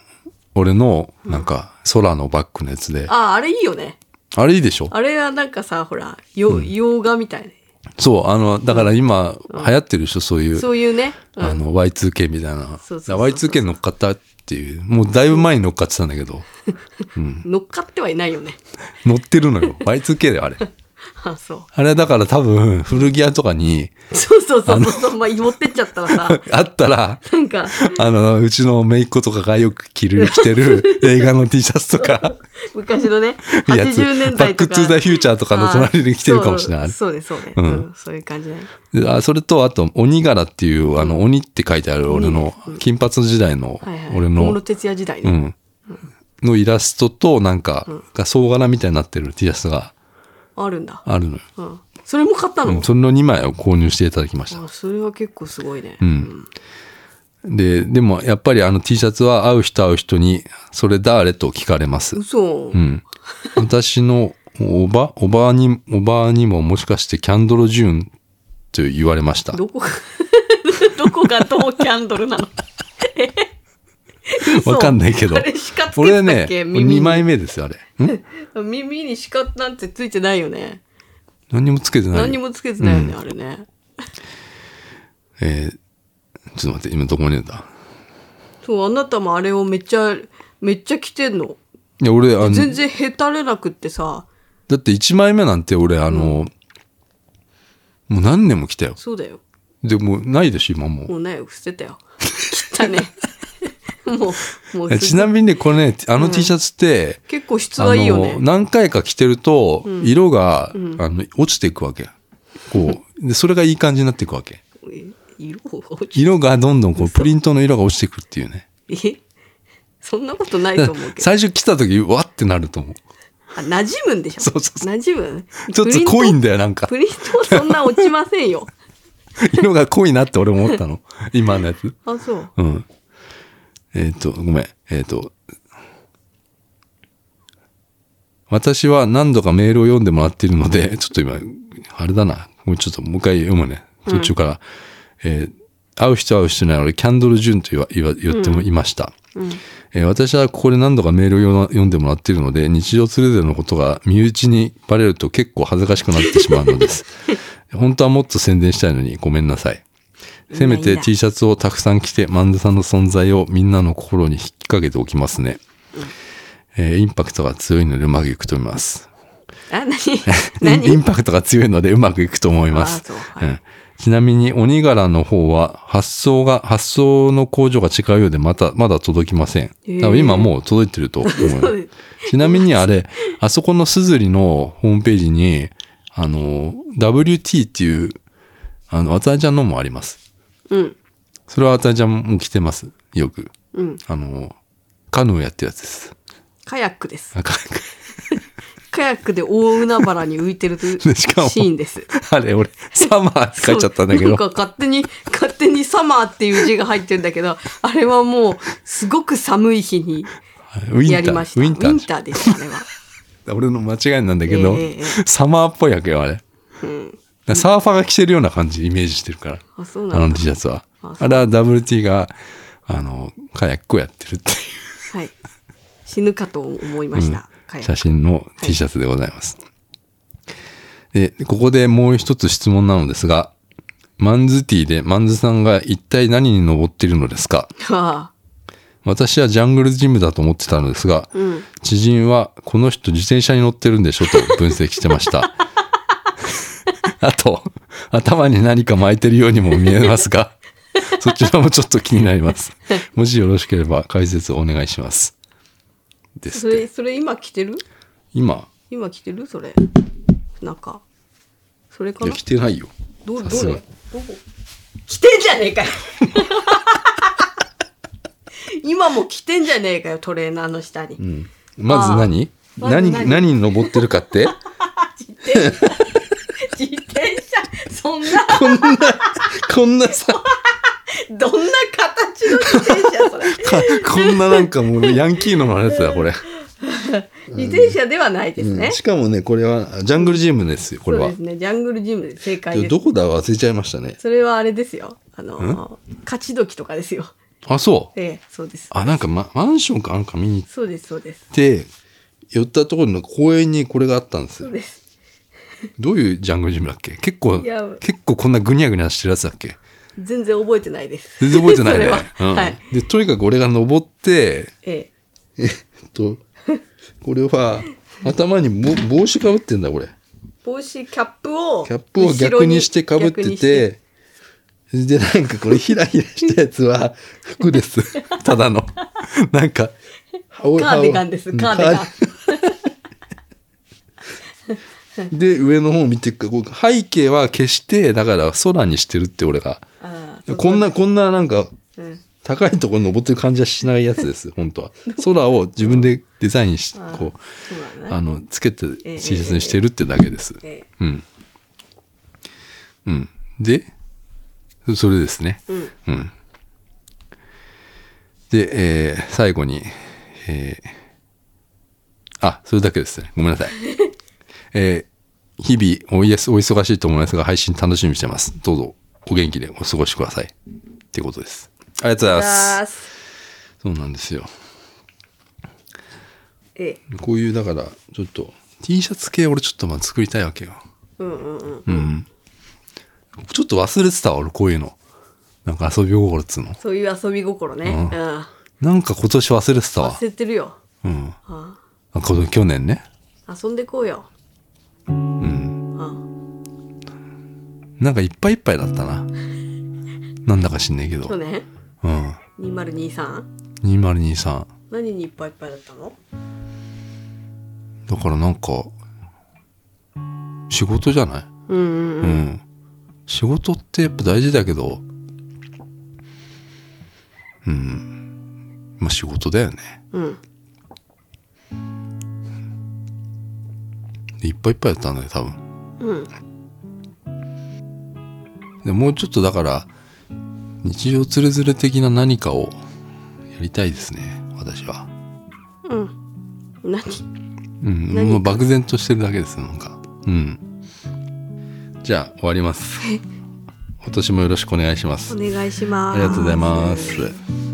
[SPEAKER 3] 俺の、なんか、空のバッグのやつで、
[SPEAKER 2] あ、あれいいよね。
[SPEAKER 3] あれいいでしょ
[SPEAKER 2] あれはなんかさ、ほら、よ洋画みたいな。
[SPEAKER 3] そう、あの、だから今、流行ってるでしょ、そういう、
[SPEAKER 2] そういうね。うん
[SPEAKER 3] あの、Y2K みたいな。
[SPEAKER 2] そうそうそうそう
[SPEAKER 3] Y2K 乗っかったっていう、もうだいぶ前に乗っかってたんだ けど、
[SPEAKER 2] 乗っかってはいないよね。
[SPEAKER 3] 乗ってるのよ。Y2K だよ、あれ。
[SPEAKER 2] あそう。
[SPEAKER 3] あれだから多分、古着屋とかに、
[SPEAKER 2] そうそうそうそう。まあ、持ってっちゃったらさ、
[SPEAKER 3] あったら、
[SPEAKER 2] なんか、
[SPEAKER 3] あの、うちの姪っ子とかがよく着る、着てる 映画の T シャツとか、
[SPEAKER 2] 昔のね、
[SPEAKER 3] やつ
[SPEAKER 2] 80年
[SPEAKER 3] バッ
[SPEAKER 2] 代
[SPEAKER 3] ク
[SPEAKER 2] とか。
[SPEAKER 3] トゥーザフューチャーとかの隣に来てるかもしれない
[SPEAKER 2] あそうそうです、そうです。
[SPEAKER 3] うん
[SPEAKER 2] うんそういう感じだね。
[SPEAKER 3] であそれと、あと、鬼柄っていう、あの、鬼って書いてある俺の、金髪時代の
[SPEAKER 2] はいは、い。
[SPEAKER 3] 俺
[SPEAKER 2] 小室
[SPEAKER 3] の、
[SPEAKER 2] 哲也時代
[SPEAKER 3] う
[SPEAKER 2] ね。
[SPEAKER 3] ん、のイラストと、なんか、が総柄みたいになってる T シャツが
[SPEAKER 2] あるんだ。
[SPEAKER 3] あるのよ。
[SPEAKER 2] うん。それも買ったの、
[SPEAKER 3] うんそれの2枚を購入していただきました。
[SPEAKER 2] あそれは結構すごいね。
[SPEAKER 3] うん。で、でもやっぱりあの T シャツは会う人会う人に、それ誰と聞かれます。
[SPEAKER 2] 嘘、
[SPEAKER 3] うん。私のおば、おばに、おばにももしかしてキャンドルジューンって言われました。
[SPEAKER 2] どこが どこがどうキャンドルなのえ嘘
[SPEAKER 3] わかんないけど
[SPEAKER 2] あれ鹿つけてたっ。け
[SPEAKER 3] 俺ね、
[SPEAKER 2] 耳に
[SPEAKER 3] 2枚目ですよ、あれ。ん
[SPEAKER 2] 耳に鹿なんてついてないよね。
[SPEAKER 3] 何にもつけてない。
[SPEAKER 2] 何にもつけてないよね、あれね。
[SPEAKER 3] えーちょっと待って、今どこにいるんだ
[SPEAKER 2] そう、あなたもあれをめっちゃ、めっちゃ着てんの。
[SPEAKER 3] いや、俺、あの、
[SPEAKER 2] 全然へたれなくってさ、
[SPEAKER 3] だって1枚目なんて俺、あの、もう何年も来たよ。
[SPEAKER 2] そうだよ。
[SPEAKER 3] でも、ないでしょ、今もう。
[SPEAKER 2] もうないよ、捨てたよ。切ったね。 もう、もう捨てた、
[SPEAKER 3] ちなみにね、これね、あの T シャツって、
[SPEAKER 2] 結構質はいいよ
[SPEAKER 3] あ
[SPEAKER 2] ね
[SPEAKER 3] の。何回か着てると、色が、あの落ちていくわけ。こう。で、それがいい感じになっていくわけ。
[SPEAKER 2] え色落ち
[SPEAKER 3] 色がどんどんこう、プリントの色が落ちていくっていうね。
[SPEAKER 2] えそんなことない
[SPEAKER 3] だ
[SPEAKER 2] と
[SPEAKER 3] か
[SPEAKER 2] 思う
[SPEAKER 3] ら
[SPEAKER 2] けど。
[SPEAKER 3] 最初来た時、わってなると思う。
[SPEAKER 2] あ馴染むんでしょ
[SPEAKER 3] そうそうそ
[SPEAKER 2] 馴染む
[SPEAKER 3] ちょっ
[SPEAKER 2] プリ
[SPEAKER 3] と
[SPEAKER 2] ント
[SPEAKER 3] 濃いんだよ、なんか
[SPEAKER 2] プ。リントは そんな落ちませんよ。
[SPEAKER 3] 色が濃いなって俺思ったの。今のやつ。
[SPEAKER 2] あ、そう。
[SPEAKER 3] うん。えっ、と、ごめん。えっ、と、私は何度かメールを読んでもらっているので、ちょっと今、あれだな。もうちょっともう一回読むね。途中から。えー会う人会う人には俺、キャンドル・ジュンと言わ言わ言ってもいました。えー私はここで何度かメールを読な読んでもらっているので、日常つれでのことが身内にバレると結構恥ずかしくなってしまう のです。本当はもっと宣伝したいのにごめんなさい。せめ
[SPEAKER 2] いい
[SPEAKER 3] て
[SPEAKER 2] んだ
[SPEAKER 3] T シャツをたくさん着て、マンズさんの存在をみんなの心に引っ掛けておきますね。えーインパクトが強いのでうまくいくと思います。
[SPEAKER 2] あ、何
[SPEAKER 3] イン
[SPEAKER 2] 何
[SPEAKER 3] パクトが強いのでうまくいくと思います
[SPEAKER 2] あ。そうはい
[SPEAKER 3] うんちなみに、鬼柄の方は、発送が、発送の工場が違うようで、また、まだ届きません。
[SPEAKER 2] ー
[SPEAKER 3] 多分今もう届いてると思いま
[SPEAKER 2] そ
[SPEAKER 3] す
[SPEAKER 2] うです。
[SPEAKER 3] ちなみにあれ、あそこのすずりのホームページに、あの、WT っていう、あの、あたえちゃんのもあります。
[SPEAKER 2] うん。
[SPEAKER 3] それはあたえちゃんも着てます。よく。
[SPEAKER 2] うん。
[SPEAKER 3] あの、カヌーやってるやつです。
[SPEAKER 2] カヤックです。
[SPEAKER 3] あか
[SPEAKER 2] カヤックで大海原に浮いてるという
[SPEAKER 3] でしかも
[SPEAKER 2] シーンです。
[SPEAKER 3] あれ、俺、サマーって書いちゃったんだけ
[SPEAKER 2] そうな
[SPEAKER 3] ど
[SPEAKER 2] ん。か勝手に、勝手にサマーっていう字が入ってるんだけど、あれはもう、すごく寒い日に
[SPEAKER 3] ウィ
[SPEAKER 2] や
[SPEAKER 3] ン
[SPEAKER 2] り
[SPEAKER 3] ター。
[SPEAKER 2] ました。
[SPEAKER 3] ウィンターでしょ。
[SPEAKER 2] でした、あれは。
[SPEAKER 3] 俺の間違いなんだけど、
[SPEAKER 2] ええええ
[SPEAKER 3] サマーっぽいわけよ、あれ。サーファーが着てるような感じ、イメージしてるから。
[SPEAKER 2] あ、そう
[SPEAKER 3] あ
[SPEAKER 2] な
[SPEAKER 3] の
[SPEAKER 2] んだ。
[SPEAKER 3] T シャツは。
[SPEAKER 2] あそう
[SPEAKER 3] あれは WT が、あの、カヤックをやってるっていう。
[SPEAKER 2] はい。死ぬかと思いました。かや
[SPEAKER 3] 写真の T シャツでございます。で、ここでもう一つ質問なのですが、マンズティーでマンズさんが一体何に登っているのですか
[SPEAKER 2] はあ、
[SPEAKER 3] 私はジャングルジムだと思ってたのですが、知人はこの人自転車に乗ってるんでしょと分析して ました。あと、頭に何か巻いてるようにも見えます が、そちらもちょっと気になります。もしよろしければ解説お願いします。です
[SPEAKER 2] そ
[SPEAKER 3] って。
[SPEAKER 2] れ、それ今着てる
[SPEAKER 3] 今、
[SPEAKER 2] 今着てるそれ。なんか。それかな
[SPEAKER 3] いや、来てないよ。
[SPEAKER 2] ど、ど
[SPEAKER 3] さすが
[SPEAKER 2] れどこ着てんじゃねえか よ今も着てんじゃねえかよ、トレーナーの下に。
[SPEAKER 3] まず何
[SPEAKER 2] あーまず
[SPEAKER 3] 何、
[SPEAKER 2] 何
[SPEAKER 3] 何に登ってる かって
[SPEAKER 2] 自転車自転車そんな
[SPEAKER 3] こんな、こんなさ、
[SPEAKER 2] どんな形の自転車それ
[SPEAKER 3] かこんななんかもうヤンキーのやつだ、これ。
[SPEAKER 2] 自転車ではないですね、
[SPEAKER 3] うんしかもね、これは、ジャングルジムですよ、これ
[SPEAKER 2] そう
[SPEAKER 3] は
[SPEAKER 2] です。ねジャングルジムで正解で
[SPEAKER 3] いや
[SPEAKER 2] す
[SPEAKER 3] どこだ忘れちゃいましたね。
[SPEAKER 2] それはあれですよあの勝ち時とかですよ
[SPEAKER 3] あ、そう。
[SPEAKER 2] ええそうです
[SPEAKER 3] あ、なんか、ま、マンションかなんか見に行っ
[SPEAKER 2] そうですそうです
[SPEAKER 3] て、寄ったところの公園にこれがあったんです
[SPEAKER 2] そう
[SPEAKER 3] よ。
[SPEAKER 2] です
[SPEAKER 3] どういうジャングルジムだっけ結構
[SPEAKER 2] いや、
[SPEAKER 3] 結構こんなぐにゃぐにゃしてるやつだっけ
[SPEAKER 2] 全然覚えてないです
[SPEAKER 3] 全然覚えてな い
[SPEAKER 2] それは
[SPEAKER 3] ね。うん
[SPEAKER 2] はい
[SPEAKER 3] で、とにかく俺が登って、
[SPEAKER 2] え
[SPEAKER 3] えっと、これは、頭にも帽子かぶってんだ、これ。
[SPEAKER 2] え帽子キャップを
[SPEAKER 3] キャップを逆にしてかぶっ
[SPEAKER 2] 後ろ
[SPEAKER 3] て
[SPEAKER 2] に逆にして
[SPEAKER 3] て、で、なんかこれヒラヒラしたやつは服です。 ただの。なんか、
[SPEAKER 2] カ
[SPEAKER 3] カ
[SPEAKER 2] ーディガンですカーディガン
[SPEAKER 3] で、上の方見てくこう背景は消して、だから空にしてるって俺が。
[SPEAKER 2] ああ
[SPEAKER 3] こんな、こんななんか、
[SPEAKER 2] うん
[SPEAKER 3] 高いところに登ってる感じはしないやつです、本当は。空を自分でデザインし、こう、
[SPEAKER 2] そうだね
[SPEAKER 3] あの、つけて T
[SPEAKER 2] ええ
[SPEAKER 3] シャツにしてるってだけです。
[SPEAKER 2] ええ
[SPEAKER 3] うん。うん。で、それですね。うん。で、えー最後に、えーあ、それだけですね。ごめん なさい。えー日々、おいやすお忙しいと思いますが、配信楽しみにしてます。どうぞ、お元気でお過ごしください。っていうことです。ありがとうございま
[SPEAKER 2] あー
[SPEAKER 3] す。そうなんですよ。
[SPEAKER 2] ええ
[SPEAKER 3] こういう、だから、ちょっと、T シャツ系俺ちょっとまあ作りたいわけよ。うんうんうん。ちょっと忘れてたわ、俺こういうの。なんか遊び心っつうの。
[SPEAKER 2] そういう遊び心ね、うん
[SPEAKER 3] なんか今年忘れてたわ
[SPEAKER 2] 忘。れてるよ
[SPEAKER 3] うん。
[SPEAKER 2] あ
[SPEAKER 3] あこの去年ね。
[SPEAKER 2] あ遊んでこうようん
[SPEAKER 3] なんかいっぱいいっぱいだったな。なんだか知んないけ
[SPEAKER 2] 去
[SPEAKER 3] ど。
[SPEAKER 2] 年
[SPEAKER 3] うん。
[SPEAKER 2] 2023
[SPEAKER 3] 2023。
[SPEAKER 2] 何にいっぱいいっぱいだったの
[SPEAKER 3] だからなんか、仕事じゃない
[SPEAKER 2] うんうん
[SPEAKER 3] うん、仕事ってやっぱ大事だけど、うん、まあ仕事だよね。
[SPEAKER 2] うん
[SPEAKER 3] でいっぱいいっぱいだったんだよ、多分。
[SPEAKER 2] うん
[SPEAKER 3] でもうちょっとだから、日常つれづれ的な何かをやりたいですね、私は。
[SPEAKER 2] 何
[SPEAKER 3] うん、
[SPEAKER 2] 何か
[SPEAKER 3] もう漠然としてるだけです、なんか。うん。じゃあ、終 わります。今年もよろしくお願いします
[SPEAKER 2] お。願いしま
[SPEAKER 3] あ
[SPEAKER 2] す
[SPEAKER 3] りがとうございます。